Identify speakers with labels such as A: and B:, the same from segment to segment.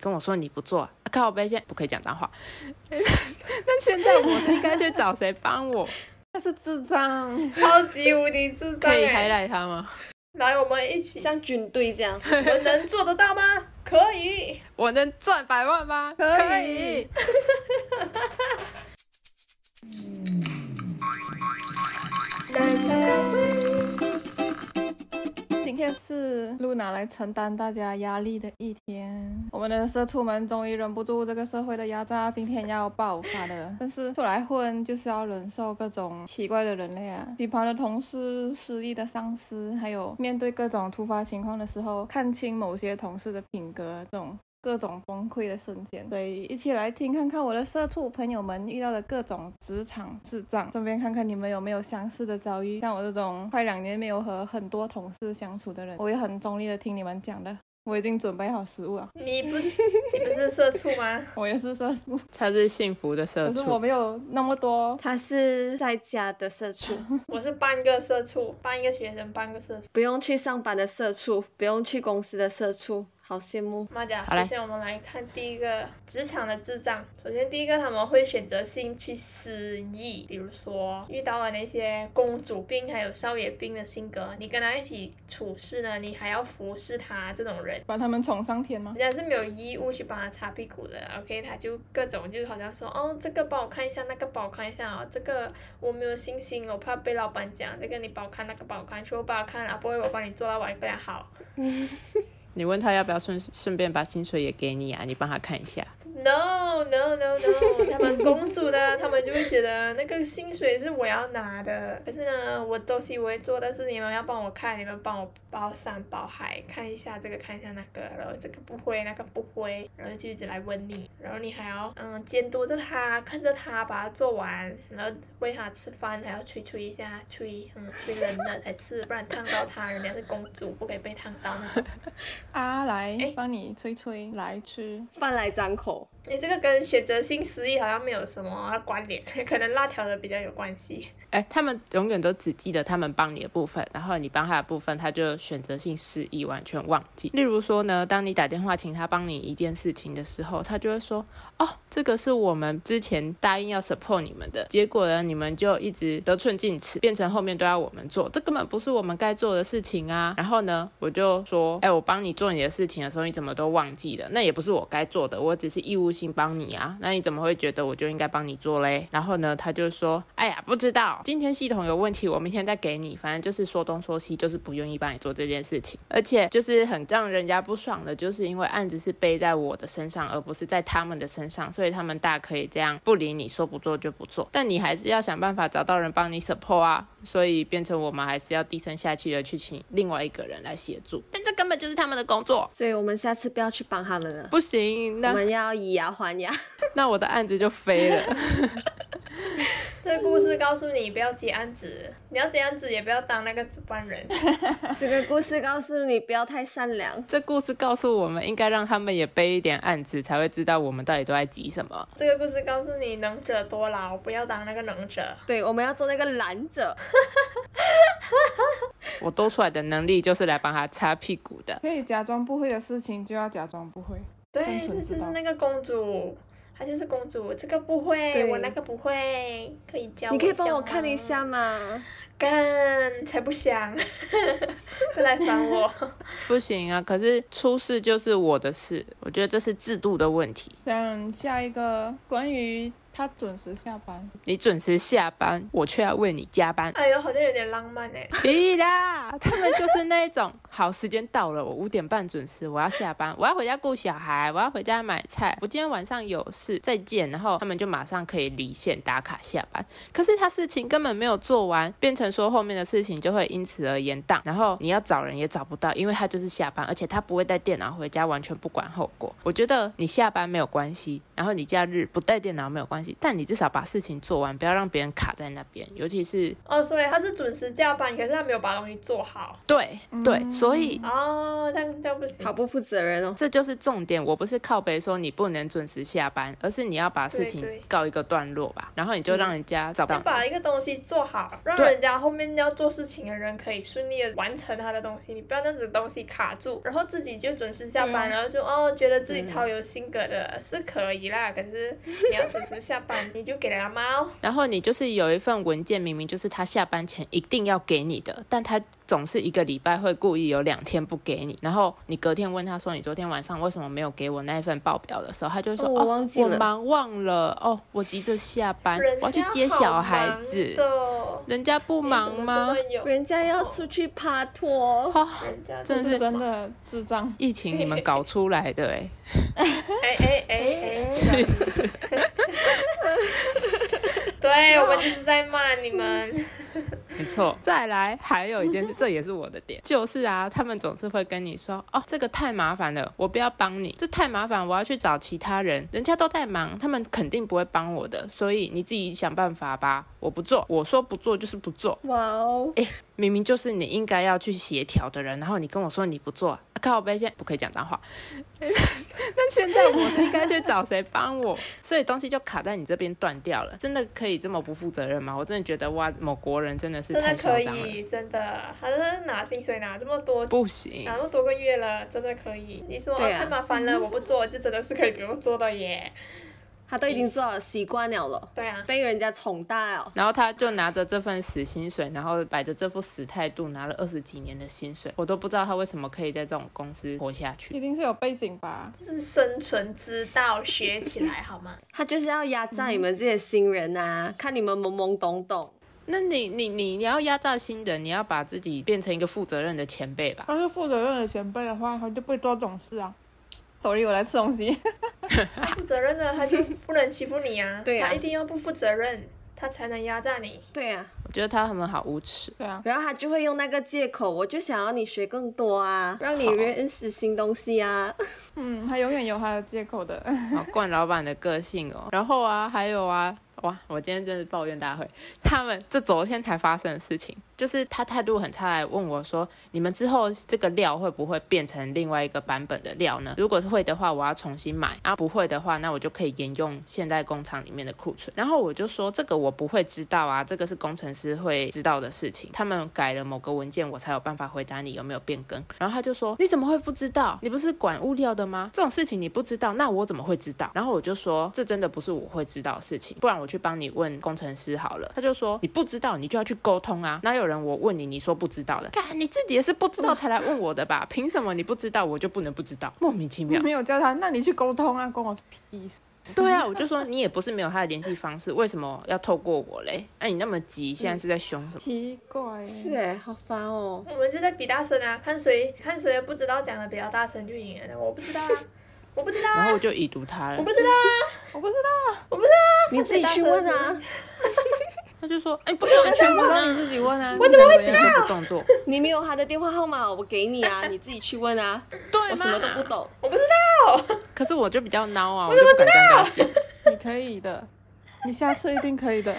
A: 跟我说你不做，啊、靠背现不可以讲脏 话。但现在我应该去找谁帮我？
B: 他是智障，
C: 超级无敌智 障、
A: 可以
C: 欸！
A: highlight 他吗？
C: 来，我们一起像军队这样，我们能做得到吗？可以。
A: 我能赚百万吗？
B: 可以
A: 可以。
C: 奶茶
B: 今天是露娜来承担大家压力的一天。我们的社畜们终于忍不住这个社会的压榨，今天要爆发了。但是出来混就是要忍受各种奇怪的人类啊，喜旁的同事、失意的上司，还有面对各种突发情况的时候，看清某些同事的品格这种。各种崩溃的瞬间，所以一起来听看看我的社畜朋友们遇到的各种职场智障，顺便看看你们有没有相似的遭遇。像我这种快两年没有和很多同事相处的人，我也很中立的听你们讲的。我已经准备好食物了，
C: 你不是你不是社畜吗？
B: 我也是社畜，
A: 他是幸福的社
B: 可是我
A: 畜，
B: 没有那么多。
D: 他是在家的社畜，
C: 我是半个社畜，半个学生，半个社畜。
D: 不用去上班的社畜，不用去公司的社畜，好羡慕。
C: 马甲，
A: 好嘞
C: 首先我们来看第一个职场的智障。首先第一个，他们会选择性去失忆，比如说遇到了那些公主病还有少爷病的性格，你跟他一起处事呢，你还要服侍他这种人。
B: 把他们宠上天吗？
C: 人家是没有义务去帮他擦屁股的，OK，他就各种就好像说，哦，这个帮我看一下，那个帮我看一下哦，这个我没有信心，我怕被老板讲，这个你帮我看，那个帮我看，全部帮我看，啊，不会我帮你做到完更好。
A: 你问他要不要顺顺便把薪水也给你啊？你帮他看一下。
C: No no no no，他 们公主呢，他们就会觉得那个薪水是我要拿的，可是呢，我东西我会做，但是你们要帮我看，你们帮我包山包海，看一下这个，看一下那个，然后这个不会，那个不会，然后就一直来问你，然后你还要嗯监督着他，看着他把它做完，然后喂他吃饭，还要吹吹一下，吹嗯吹冷了才吃，不然烫到他，人家是公主，不可以被烫到那种。
B: 啊，来
C: 哎
B: 帮你吹吹，来吃。
D: 饭来张口，
C: 你这个跟选择性失忆好像没有什么关联， 可能辣条的比较有关系。
A: 哎，他们永远都只记得他们帮你的部分，然后你帮他的部分，他就选择性失忆，完全忘记。例如说呢，当你打电话请他帮你一件事情的时候，他就会说：“哦，这个是我们之前答应要 support 你们的，结果呢，你们就一直得寸进尺，变成后面都要我们做，这根本不是我们该做的事情啊。”然后呢，我就说：“哎，我帮你做你的事情的时候，你怎么都忘记了？那也不是我该做的，我只是义务性帮你啊，那你怎么会觉得我就应该帮你做嘞？”然后呢，他就说：“哎呀，不知道，今天系统有问题，我明天再给你，反正就是说东说西，就是不愿意帮你做这件事情，而且就是很让人家不爽的，就是因为案子是背在我的身上，而不是在他们的身上，所以他们大可以这样不理你，说不做就不做，但你还是要想办法找到人帮你 support 啊，所以变成我们还是要低声下气的去请另外一个人来协助，但这根本就是他们的工作，
D: 所以我们下次不要去帮他们了，
A: 不行，
D: 我
A: 那
D: 们要以牙还牙。
A: 那我的案子就飞了。
C: 这个故事告诉你不要接案子，你要接案子也不要当那个主办人。
D: 这个故事告诉你不要太善良，
A: 这故事告诉我们，应该让他们也背一点案子，才会知道我们到底都在急什么。
C: 这个故事告诉你能者多劳，不要当那个能者。
D: 对，我们要做那个懒者。
A: 我多出来的能力就是来帮他擦屁股的。
B: 可以假装不会的事情就要假装不会。单
C: 对，这
B: 纯知
C: 就
B: 道
C: 是那个公主，她就是公主，这个不会，
D: 对
C: 我那个不会，可以教我
D: 你可以
C: 一
D: 帮
C: 下
D: 我
C: 吗
D: 看一下。吗？
C: 干，才不想， 不来烦我。
A: 不行啊，可是出事就是我的事，我觉得这是制度的问题。
B: 像下一个关于他准时下班，
A: 你准时下班，我却要为你加班。
C: 哎呦，好像有点浪漫哎。
A: 屁啦！他们就是那种，好，时间到了，我五点半准时，我要下班，我要回家顾小孩，我要回家买菜，我今天晚上有事，再见。然后他们就马上可以离线打卡下班。可是他事情根本没有做完，变成说后面的事情就会因此而延宕，然后你要找人也找不到，因为他就是下班，而且他不会带电脑回家，完全不管后果。我觉得你下班没有关系，然后你假日不带电脑没有关系，但你至少把事情做完，不要让别人卡在那边。尤其是
C: 哦，所以他是准时加班，可是他没有把东西做好。
A: 对对，所以
C: 哦，这样这样不行。
D: 好不负责任哦。
A: 这就是重点。我不是靠北说你不能准时下班，而是你要把事情
C: 对嗯对
A: 告一个段落吧，然后你就让人家找
C: 先
A: 到。
C: 把一个东西做好，让
A: 对
C: 人家后面要做事情的人可以顺利的完成他的东西，你不要这样子东西卡住，然后自己就准时下班，
B: 对
C: 然后
A: 啊
C: 就哦觉得自己超有性格的、是可以啦，可是你要准时下班，你就给了他猫，
A: 然后你就是有一份文件，明明就是他下班前一定要给你的，但他总是一个礼拜会故意有两天不给你，然后你隔天问他说你昨天晚上为什么没有给我那一份报表的时候，他就会说
D: 哦
A: 哦
D: 我忘记了
A: 我忙忘了，哦，我急着下班，
C: 人
A: 我要去
C: 家
A: 接
C: 好
A: 小孩
C: 忙
A: 子，
C: 的
A: 人家不忙吗？
C: 你怎么这么有
D: 人家要出去爬托，
A: 哦，
C: 人家
A: 真
B: 这
A: 的
B: 是
A: 是
B: 真的智障。
A: 疫情你们搞出来的哎、
C: 哎哎哎哎， 对，我们就是在骂你们，
A: 没错，再来还有一件事，这也是我的点，就是啊，他们总是会跟你说，哦，这个太麻烦了，我不要帮你，这太麻烦，我要去找其他人，人家都在忙，他们肯定不会帮我的，所以你自己想办法吧，我不做，我说不做就是不做，
D: 哇哦，
A: 明明就是你应该要去协调的人，然后你跟我说你不做，啊、靠背现在不可以讲脏话。 那现在我应该去找谁帮我？所以东西就卡在你这边断掉了，真的可以这么不负责任吗？我真的觉得哇，某国人真的是
C: 真
A: 太
C: 的
A: 嚣
C: 可
A: 张了，
C: 以，真的，他是拿薪水拿这么多，
A: 不行
C: 拿。那么多个月了，真的可以。你说、
D: 对
C: 哦
D: 啊
C: 太麻烦了，我不做，就真的是可以不用做的耶。
D: 他都已经做好习惯了咯，
C: 对啊，
D: 被人家宠大了。
A: 然后他就拿着这份死薪水，然后摆着这副死态度，拿了二十几年的薪水，我都不知道他为什么可以在这种公司活下去
B: 一。定是有背景吧？
C: 这是生存之道，学起来好 吗？
D: 他就是要压榨你们这些新人啊，看你们懵懵懂懂。
A: 那你你你你要压榨新人，你要把自己变成一个负责任的前辈吧。
E: 他是负责任的前辈的话，他就不会做这种事啊。
B: sorry，我来吃东西。
C: 他负责任的，他就不能欺负你啊。
D: 对啊
C: 他一定要不负责任，他才能压榨你。
D: 对啊，
A: 我觉得他们好无耻。
B: 对啊，
D: 然后他就会用那个借口，我就想要你学更多啊，让你认识新东西啊。
B: 嗯，他永远有他的借口的。
A: 好惯哦老板的个性哦。然后啊，还有啊，哇，我今天真是抱怨大会。他们这昨天才发生的事情，就是他态度很差，来问我说：“你们之后这个料会不会变成另外一个版本的料呢？如果是会的话，我要重新买；啊，不会的话，那我就可以沿用现在工厂里面的库存。”然后我就说：“这个我不会知道啊，这个是工程师会知道的事情。他们改了某个文件，我才有办法回答你有没有变更。”然后他就说：“你怎么会不知道？你不是管物料的吗？这种事情你不知道，那我怎么会知道？”然后我就说：“这真的不是我会知道的事情，不然我去帮你问工程师好了。”他就说：“你不知道，你就要去沟通啊！哪有人我问你，你说不知道的？干，你自己也是不知道才来问我的吧？凭什么你不知道我就不能不知道？莫名其妙。”
B: 没有叫他，那你去沟通啊，关我屁事。
A: 对啊，我就说你也不是没有他的联系方式，为什么要透过我嘞？哎，你那么急，现在是在凶什么？
B: 奇怪耶，
D: 是哎，好烦哦。
C: 我们就在比大声啊，看谁看谁不知道讲的比较大声就赢了。我不知道啊， 我不知道
A: 然
C: 啊，
A: 后我就已读他
C: 我
A: 了
C: 不，知道 啊，
B: 我不知道，
C: 我不知道啊，
D: 你自己去问啊，
A: 他就说：“哎，不知道你去
B: 全部
A: 问
B: 让
A: 啊
B: 你自己问啊。
A: 我怎么会知道？动作
D: 你没有他的电话号码，我给你 啊，你自己去问啊。
A: 对
D: 我什么都不
A: 吗？
D: 懂，
C: 我不知道。
A: 可是我就比较孬啊，我就不敢跟他讲。
B: 你可以的，你下次一定可以的。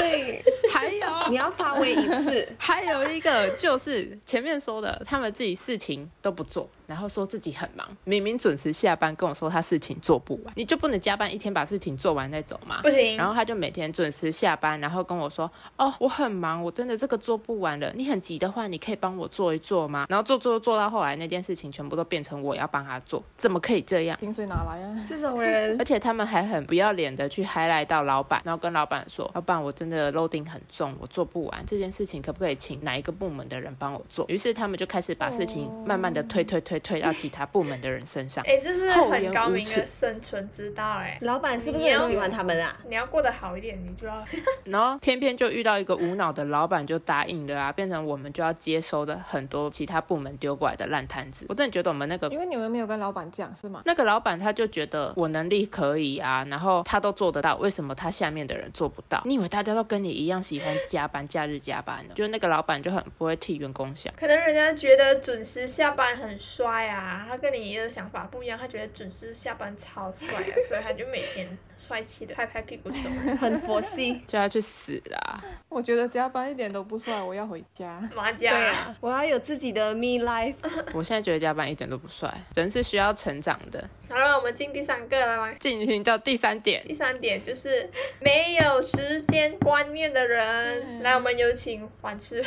D: 对，
A: 还 有
D: 你要发威一次。
A: 还有一个就是前面说的，他们自己事情都不做，然后说自己很忙，明明准时下班，跟我说他事情做不完，你就不能加班一天把事情做完再走吗？
C: 不行
A: 然后他就每天准时下班，然后跟我说：“哦，我很忙，我真的这个做不完了。你很急的话，你可以帮我做一做吗？”然后做做做到后来，那件事情全部都变成我要帮他做，怎么可以这样？
B: 薪水哪来啊？
D: 这种人
A: 而且他们还很不要脸的去还来到老板，然后跟老板说：“老板，我真的 loading 很重，我做不完这件事情，可不可以请哪一个部门的人帮我做？”于是他们就开始把事情慢慢的推推推推到其他部门的人身上。
C: 哎，这是
A: 厚颜
C: 很高
A: 无
C: 明
A: 耻
C: 的生存之道哎。
D: 老板是不是很喜欢他们啊？
C: 你要过得好一点，你就要
A: 然后偏偏就遇到一个无脑的老板就答应了啊，变成我们就要接收的很多其他部门丢过来的烂摊子。我真的觉得我们那个
B: 因为你们没有跟老板讲是吗？
A: 那个老板他就觉得我能力可以啊，然后他都做得到，为什么他下面的人做不到？你以为大家都跟你一样喜欢加班，假日加班的，就是那个老板就很不会替员工想。
C: 可能人家觉得准时下班很帅啊，他跟你的想法不一样，他觉得准时下班超帅啊，所以他就每天帅气的拍拍屁股走。
D: 很佛 系。
A: 叫他去死啦！
B: 我觉得加班一点都不帅，我要回家。
C: 麻
D: 对
C: 将啊，
D: 啊，我要有自己的 me life。
A: 我现在觉得加班一点都不帅，人是需要成长的。
C: 好了，我们进第三个了吗？
A: 进行到第三点，
C: 第三点就是没有时间观念的人。来，我们有请缓吃。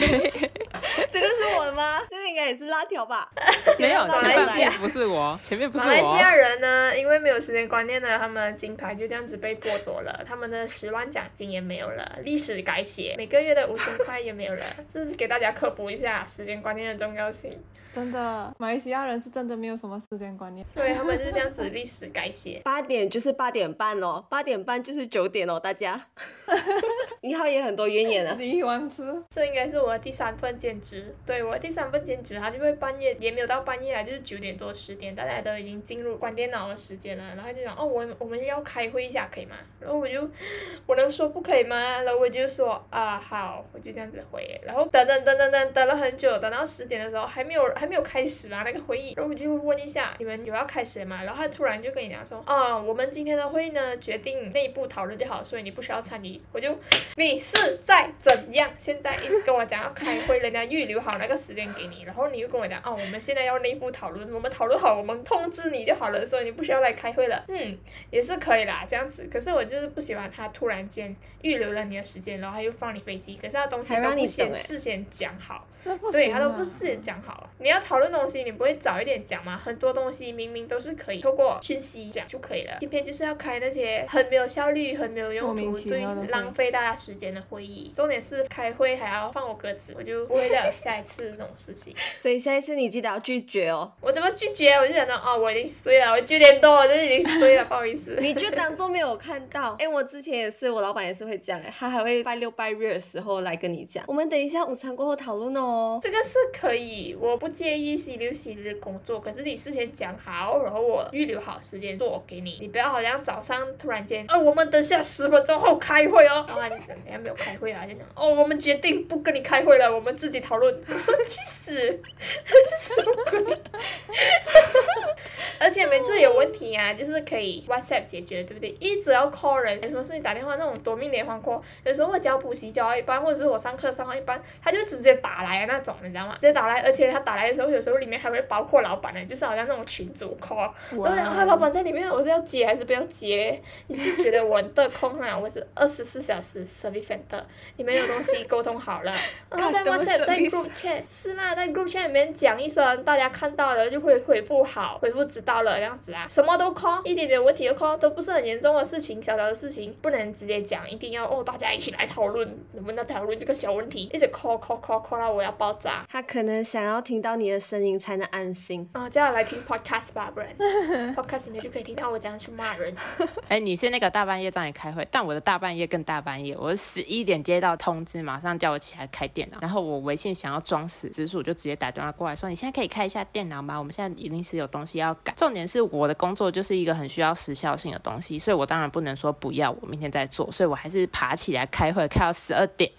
D: 这个是我吗？ 这个应该也是辣条 吧？。
A: 没有
C: 马
A: 前
C: 来西亚
A: 半部不是我，前面不
C: 马
A: 是
C: 来西亚
A: 我。啊
C: 人呢，因为没有时间观念呢，他们的金牌就这样子被剥夺了，他们的十万奖金也没有了，历史改写，每个月的五千块也没有了。这是给大家科普一下时间观念的重要 性。
B: 真的，马来西亚人是真的没有什么时间观 念。
C: 所以他们就是这样子历史改写
D: 八点就是八点半哦，八点半就是九点哦，大 家。你好，也很多怨言啊。
B: 你完吃，
C: 这应该是我的第三份兼职，对我的第三份兼职，它就会半夜也没有到半夜啊，就是九点多十点，大家都已经进入关电脑的时间了，然后就讲哦，我我们要开会一下，可以吗？然后我就我能说不可以吗？然后我就说啊好，我就这样子回，然后等等等等等等了很久，等到十点的时候还没有还没有开始啊那个会议，然后我就问一下你们有要开始吗？然后他突然就跟你讲说啊，我们今天的会议呢决定内部讨论就好，所以你不需要参与。我就你是在怎样？现在一直跟我讲要开会，人家预留好那个时间给你，然后你又跟我讲哦，我们现在要内部讨论，我们讨论好，我们通知你就好了，所以你不需要来开会 了。嗯，也是可以啦，这样子。可是我就是不喜欢他突然间预留了你的时间，然后他又放你飞机，可是他东西
D: 还
C: 都
D: 让
C: 不
D: 你
C: 先
D: 等欸
C: 事先讲好，
B: 那不行、啊。
C: 对他都不事先讲好啊。你要讨论东西，你不会早一点讲吗？很多东西明明都是可以透过讯息讲就可以了，偏偏就是要开那些很没有效率、很没有用
B: 莫名
C: 途、
B: 其
C: 对
B: 妙的会
C: 浪费大家时间的会议。重点是开会还要放我鸽子，我就不会再有下一次这种事情。
D: 所以下一次你记得要拒绝哦，
C: 我怎么拒绝？我就想到哦，我已经睡了，我九点多我就已经睡了，不好意思。
D: 你就当做没有看到。 哎、我之前也是，我老板也是会这样，哎，他还会拜六拜日的时候来跟你讲，我们等一下午餐过后讨论哦。
C: 这个是可以，我不介意星期六、星期日工作，可是你事先讲好，然后我预留好时间做给你，你不要好像早上突然间，哦，我们等下十分钟后开会 哦，然后你等下没有开会啊，就讲，哦，我们决定不跟你开会了，我们自己讨论， 去死，什么鬼？而且每次有问题啊，就是可以 WhatsApp 解决，对不对？一直要 call 人，有什么事情打电话那种夺命连环 call，有时候我教补习教到一半，或者是我上课上到一半，他就直接打来的那种，你知道吗？直接打来，而且他打来的时候，有时候里面还会包括老板呢，就是好像那种群主 call，我想啊，老板在里面，我是要接还是不要接？你是觉得我很得空啊？我是二十四小时 service center，你们有东西沟通好了，然后在
D: Customer
C: WhatsApp 在
D: service
C: group chat 是啦，在 group chat 里面讲一声，大家看到了就会回复好，回复知道了这样子啊，什么都 call，一点点问题就 call，都不是很严重的事情，小小的事情不能直接讲，一定要哦，大家一起来讨论，能不能讨论这个小问题？一直 call call call call 到我要爆炸。
D: 他可能想要听到你的声音才能安心。
C: 啊，接下来听 podcast 吧，不然 podcast 里面就可以听到我怎样去骂啊人。
A: 哎，你是那个大半夜找你开会，但我的大半夜更大半夜，我十一点接到通知，马上叫我起来开电脑，然后我微信想要装死，直属就直接打电话过来说，你现在可以开一下电脑吗？我们现在临时有东西要改。重点是我的工作就是一个很需要时效性的东西，所以我当然不能说不要，我明天再做，所以我还是爬起来开会，开到十二点。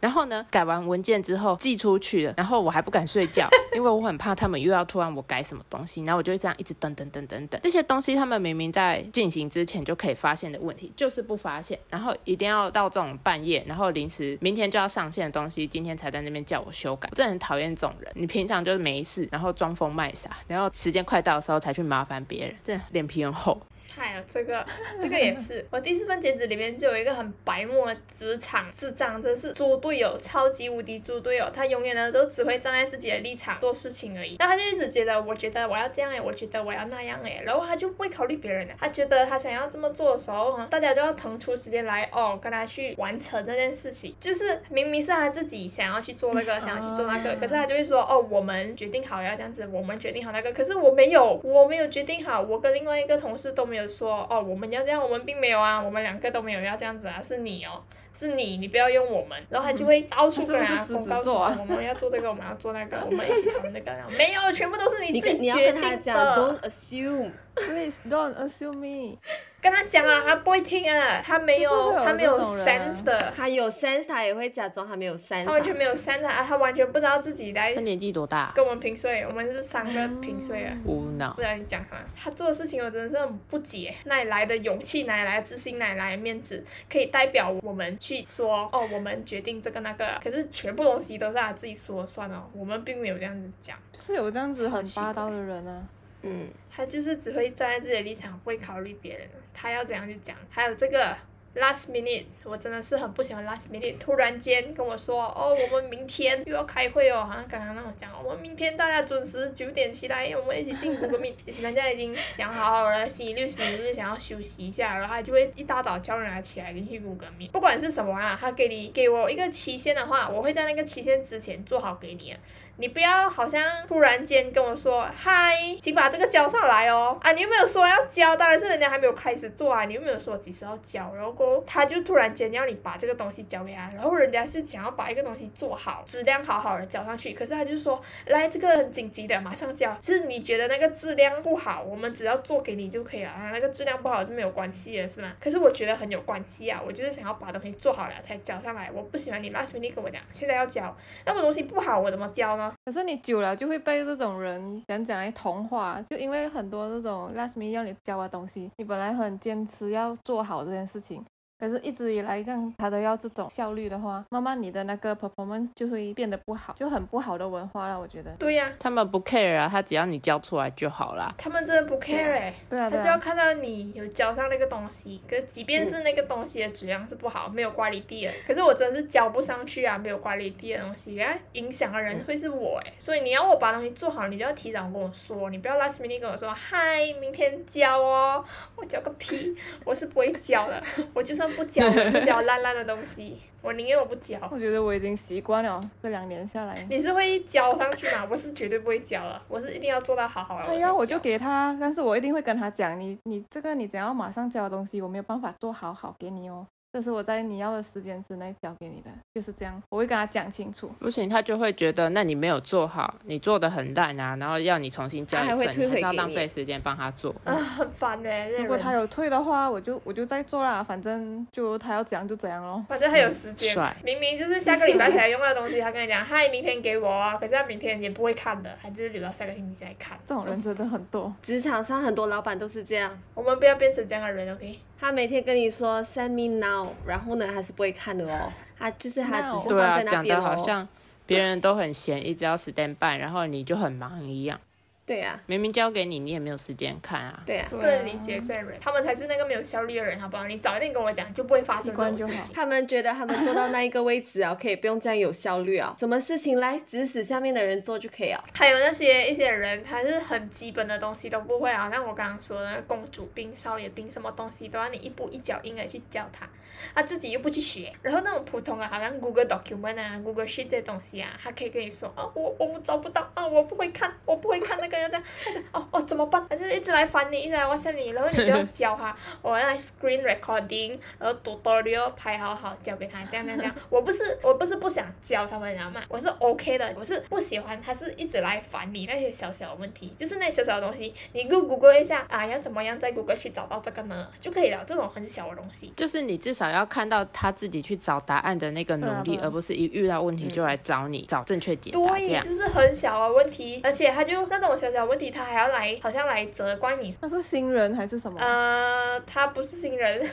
A: 然后呢，改完文件之后寄出去了，然后我还不敢睡觉，因为我很怕他们又要突然我改什么东西，然后我就会这样一直等等等等等。这些东西他们明明在进行之前就可以发现的问题，就是不发现，然后一定要到这种半夜，然后临时明天就要上线的东西，今天才在那边叫我修改，我真的很讨厌这种人。你平常就是没事，然后装疯卖傻，然后时间快到的时候才去麻烦别人，真的脸皮很厚。
C: 嗨哎呀，这个 这个也是，我第四份兼职里面就有一个很白目的职场智障，真是猪队友，超级无敌猪队友。他永远呢都只会站在自己的立场做事情而已，那他就一直觉得我觉得我要这样哎，我觉得我要那样哎，然后他就不会考虑别人的，他觉得他想要这么做的时候，大家就要腾出时间来哦跟他去完成那件事情，就是明明是他自己想要去做那
B: 嗯
C: 个，想要去做那个，可是他就会说哦我们决定好要这样子，我们决定好那个，可是我没有，我没有决定好，我跟另外一个同事都没有说哦我们要这样，我们并没有啊，我们两个都没有要这样子啊，是你哦。是你，你不要用我们，然后他就会到处跟人
B: 他
C: 家
B: 是
C: 公
B: 不是狮
C: 告
B: 子
C: 说哦
B: 座啊
C: 我们要做这个，我们要做那个，我们一起讨论那个，然后没有，全部都是你
D: 你
C: 自
D: 跟
C: 己
D: 你要
C: 决
D: 跟他
C: 定
D: 讲
C: 的。
D: ，Don't assume。
B: Please don't assume me。
C: 跟他讲啊，他不会听啊，他没
B: 就是会有
C: 他没
B: 这
C: 有
B: 种人啊
C: sense 的，
D: 他有 sense，他也会假装他没有 sense 啊。
C: 他完全没有 sense 啊，他完全不知道自己来
A: 他年纪多大啊？
C: 跟我们平睡，我们是三个平睡啊。
A: 无脑
C: 不。然你讲他，他做的事情我真的是很不解，哪里来的勇气，哪里来的自信，哪里来的面子，可以代表我们去说哦，我们决定这个那个，可是全部东西都是他自己说了算了，哦我们并没有这样子讲。
B: 就是有这样子很霸道的人啊。
D: 嗯，
C: 他就是只会站在自己的立场，不会考虑别人，他要怎样就讲。还有这个 last minute，我真的是很不喜欢 last minute，突然间跟我说哦，我们明天又要开会哦，好像刚刚那种讲，我们明天大家准时九点起来，我们一起进谷歌 m 人家已经想好好了，星期六、星期日想要休息一下，然后他就会一大早叫人家起来跟去谷歌 m 不管是什么啊，他给你给我一个期限的话，我会在那个期限之前做好给你啊。你不要好像突然间跟我说嗨，请把这个交上来哦啊！你又没有说要交，当然是人家还没有开始做啊，你又没有说几时要交，然后过后他就突然间要你把这个东西交给他，然后人家是想要把一个东西做好，质量好好的交上去，可是他就说来这个很紧急的，马上交。是你觉得那个质量不好，我们只要做给你就可以了啊，那个质量不好就没有关系了，是吗？可是我觉得很有关系啊，我就是想要把东西做好了才交上来，我不喜欢你 last minute 跟我讲现在要交，那么东西不好我怎么交呢？
B: 可是你久了就会被这种人讲讲来同化，就因为很多这种 last minute 要你教的啊东西，你本来很坚持要做好这件事情，可是一直以来让他都要这种效率的话，慢慢你的那个 performance 就会变得不好，就很不好的文化了。我觉得，
C: 对呀、
A: 他们不 care 啊，他只要你交出来就好啦。
C: 他们真的不 care 哎、
B: 对啊，
C: 他
B: 对
C: 只要
B: 啊，
C: 看到你有交上那个东西，可即便是那个东西的质量是不好，没有管理地的，可是我真的是交不上去啊，没有管理地的东西，然后影响的人会是我哎、所以你要我把东西做好，你就要提早跟我说，你不要 last minute 跟我说嗨，明天交哦，我交个 屁，我是不会交的，我就算不交，我也不交烂烂的东西，我宁愿我不交。
B: 我觉得我已经习惯了这两年下来。
C: 你是会交上去吗？我是绝对不会交的，我是一定要做到好好啊的。
B: 他要啊我
C: 才
B: 就
C: 交
B: 给他，但是我一定会跟他讲，你你这个你只要马上交的东西，我没有办法做好好给你哦，这是我在你要的时间之内交给你的，就是这样，我会跟他讲清楚。
A: 不行，他就会觉得那你没有做好，你做的很烂啊，然后要你重新交一
D: 他还会
A: 份，
D: 退
A: 你
D: 回
A: 还是要
D: 给
A: 浪
D: 你哦
A: 费时间帮他做。
C: 啊，很烦哎、欸。
B: 如
C: 如
B: 果他有退的话，我就我就再做啦，反正就他要怎样就怎样咯。
C: 反正还有时
B: 嗯
C: 间
A: 帅，
C: 明明就是下个礼拜才用到的东西，他跟你讲嗨，明天给我啊，可是他明天也不会看的，他就是留到下个星期才看。
B: 这种人真的很多，
D: 职场上很多老板都是这样，
C: 我们不要变成这样的人，OK？
D: 他每天跟你说 send me now，然后呢他是不会看的哦，他就是他
B: Now
D: 只是
A: 对啊
D: 放在，那
A: 讲
D: 边
A: 的
D: 哦。
A: 好像别人都很闲，一直要 stand by，然后你就很忙一样。
D: 对啊，
A: 明明交给你，你也没有时间看啊。
D: 对啊，
C: 不能理解这种人，他们才是那个没有效率的人，好不好？你早一点跟我讲，就不会发生
B: 一
C: 这
B: 关
C: 种
B: 就
C: 事
B: 好
C: 情。
D: 他们觉得他们做到那一个位置 啊，可以不用这样有效率啊，什么事情来指使下面的人做就可以了。啊
C: 还有那些一些人，他是很基本的东西都不会啊，像我刚刚说的那个公主病、少爷病，什么东西都要你一步一脚印的去教他，他自己又不去学。然后那种普通啊的，好像 Google Document 啊、Google Sheet 这些东西啊，他可以跟你说啊，我我找不到啊，我不会看，我不会看那个要这样，他讲哦哦怎么办？他就一直来烦你，一直来 WhatsApp 你，然后你就要教他，我来 screen recording，然后 tutorial 拍好好交给他，这样这样这样。 我不是我不是不想教他们，你知道吗？我是 OK 的，我是不喜欢他是一直来烦你那些小小的问题，就是那些小小的东西，你 Go Google 一下啊，要怎么样在 Google 去找到这个呢，就可以了。这种很小的东西，
A: 就是你至少要看到他自己去找答案的那个
D: 嗯
A: 努
B: 对啊
A: 力，
B: 对啊
A: 而不是一遇到问题就来找你、找正确解答这
C: 对，
A: 样。
C: 就是很小的问题，而且他就那种小小的问题，他还要来好像来责怪你。
B: 他是新人还是什么？
C: 呃，他不是新人，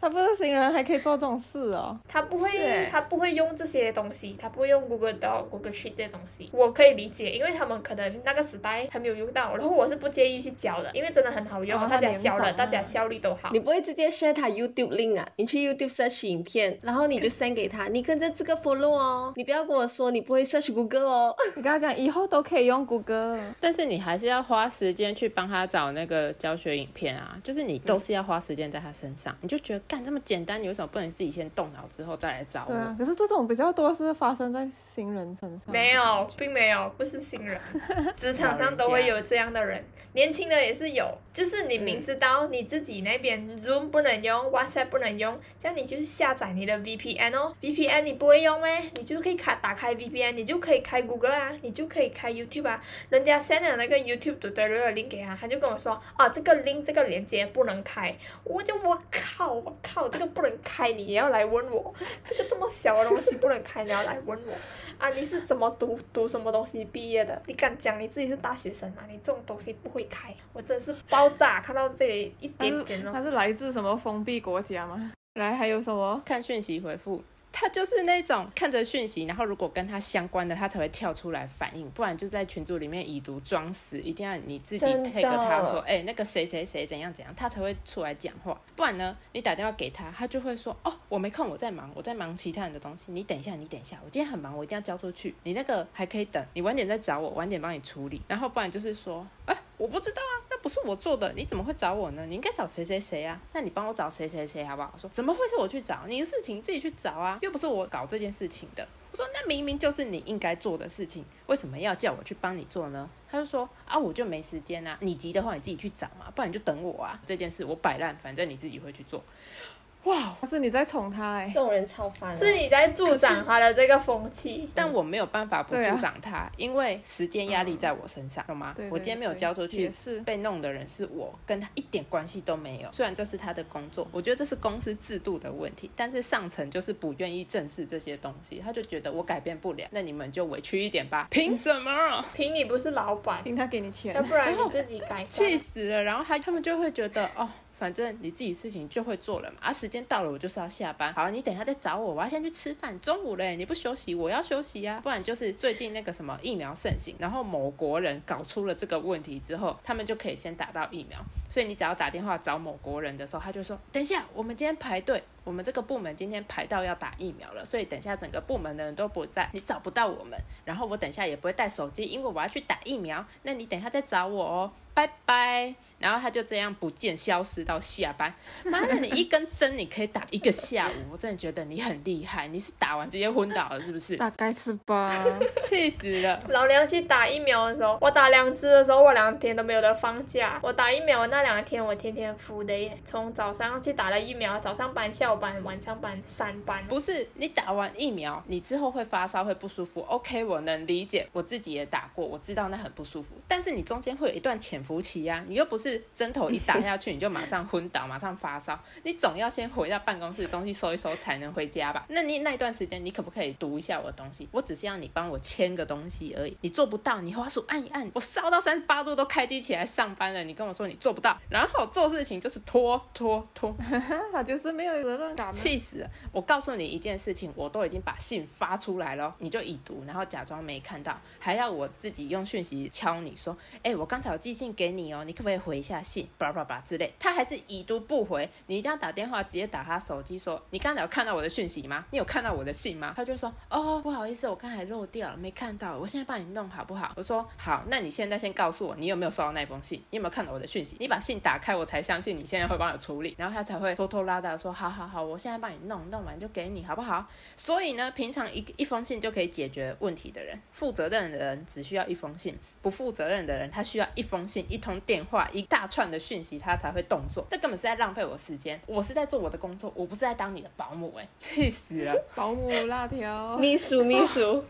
B: 他不是新人还可以做这种事哦。
C: 他不会
D: 对，
C: 他不会用这些东西，他不会用 Google Doc、Google Sheet 这些东西。我可以理解，因为他们可能那个时代还没有用到，然后我是不介意去教的，因为真的很好用，
B: 哦
C: 大家
B: 他年
C: 教
B: 长
C: 了，
B: 啊
C: 大家效率都好
D: 你。不会直接 share 他 YouTube link 啊？你去 YouTube search 影片，然后你就 send 给他，你跟着这个 follow 哦，你不要跟我说你不会 search Google 哦。
B: 你跟他讲以后都可以用谷歌，
A: 但是你还是要花时间去帮他找那个教学影片啊，就是你
B: 嗯
A: 都是要花时间在他身上，你就觉得干这么简单，你为什么不能自己先动脑之后再来找
B: 对啊
A: 我？。
B: 可是这种比较多是发生在新人身上。
C: 没有，并没有，不是新人，职场上都会有这样的人，年轻的也是有。就是你明知道你自己那边 Zoom 不能用，WhatsApp 不能用，这样你就是下载你的 VPN 哦。VPN 你不会用咩？你就可以开打开 VPN，你就可以开 Google 啊，你就可以开 YouTube 啊。人家 send 了那个 YouTube tutorial 的 link 给他，他就跟我说，啊，这个 link 这个链接不能开，我就我靠我靠，这个不能开，你也要来问我，这个这么小的东西不能开，你要来问我，啊，你是怎么读读什么东西毕业的？你敢讲你自己是大学生吗？你这种东西不会开，我真是爆炸，看到这里一
B: 他
C: 点
B: 是
C: 点
B: 他
C: 哦，
B: 是来自什么封闭国家吗？来，还有什么？
A: 看讯息回复，他就是那种看着讯息，然后如果跟他相关的，他才会跳出来反应，不然就在群组里面已读装死，一定要你自己
D: 真的
A: take 他说，哎、那个谁谁谁怎样怎样，他才会出来讲话。不然呢，你打电话给他，他就会说，哦，我没空，我在忙，我在忙其他人的东西，你等一下，你等一下，我今天很忙，我一定要交出去，你那个还可以等，你晚点再找我，晚点帮你处理。然后不然就是说，哎、我不知道啊，那不是我做的，你怎么会找我呢？你应该找谁谁谁啊？那你帮我找谁谁谁好不好？我说怎么会是我去找？你的事情你自己去找啊，又不是我搞这件事情的。我说那明明就是你应该做的事情，为什么要叫我去帮你做呢？他就说啊，我就没时间啊，你急的话你自己去找嘛，不然你就等我啊。这件事我摆烂，反正你自己会去做。哇，
B: 他是你在宠他哎、
D: 这种人超烦的。啊
C: 是你在助长他的这个风气，
A: 但我没有办法不助
B: 嗯对啊嗯
A: 长他，因为时间压力在我身上，懂吗
B: 对？
A: 我
B: 对
A: 今天没有
B: 对
A: 交出去
B: 也，是
A: 被弄的人是我，跟他一点关系都没有。虽然这是他的工作，我觉得这是公司制度的问题，但是上层就是不愿意正视这些东西，他就觉得我改变不了，那你们就委屈一点吧。凭什么？
C: 凭你不是老板，
B: 凭他给你钱
C: 要，不然你自己改善
A: 气。死了！然后他他们就会觉得哦。反正你自己事情就会做了嘛，啊，时间到了我就是要下班。好，你等一下再找我，我要先去吃饭。中午嘞，你不休息，我要休息呀、啊。不然就是最近那个什么疫苗盛行，然后某国人搞出了这个问题之后，他们就可以先打到疫苗。所以你只要打电话找某国人的时候，他就说：“等一下，我们今天排队，我们这个部门今天排到要打疫苗了，所以等一下整个部门的人都不在，你找不到我们。然后我等一下也不会带手机，因为我要去打疫苗。那你等一下再找我哦， 拜拜。”然后他就这样不见消失到下班。妈的，你一根针你可以打一个下午，我真的觉得你很厉害，你是打完直接昏倒了是不是？
B: 大概是 吧。啊
A: 气死了！
C: 老娘去打疫苗的时候，我打两支的时候，我两天都没有得放假。我打疫苗那两天，我天天敷的耶，从早上去打了疫苗，早上班、下午班、晚上班三班。
A: 不是你打完疫苗，你之后会发烧会不舒服，OK，我能理解，我自己也打过，我知道那很不舒服。但是你中间会有一段潜伏期呀、你又不是针头一打下去你就马上昏倒，马上发烧，你总要先回到办公室东西收一收才能回家吧？那你那一段时间你可不可以读一下我的东西？我只是要你帮我签个东西而已，你做不到，你滑鼠按一按，我烧到三十八度都开机起来上班了，你跟我说你做不到，然后做事情就是拖拖拖，
B: 他就是没有责任感啊。
A: 气死了！我告诉你一件事情，我都已经把信发出来了，你就已读，然后假装没看到，还要我自己用讯息敲你说，哎、我刚才有寄信给你哦，你可不可以回一下信？巴拉巴拉巴拉之类，他还是已读不回，你一定要打电话直接打他手机说，你刚才有看到我的讯息吗？你有看到我的信吗？他就说，哦，不好意思，我刚才漏掉了，没看到，我现在帮你弄好不好？我说好，那你现在先告诉我，你有没有收到那封信？你有没有看到我的讯息？你把信打开，我才相信你现在会帮我处理，然后他才会拖拖拉拉地说，好好好，我现在帮你弄，弄完就给你，好不好？所以呢，平常一一封信就可以解决问题的人，负责任的人只需要一封信，不负责任的人他需要一封信、一通电话、一大串的讯息，他才会动作。这根本是在浪费我时间，我是在做我的工作，我不是在当你的保姆、哎， 气死了！
B: 保姆辣条，
D: 秘
C: 哦
D: 书秘书，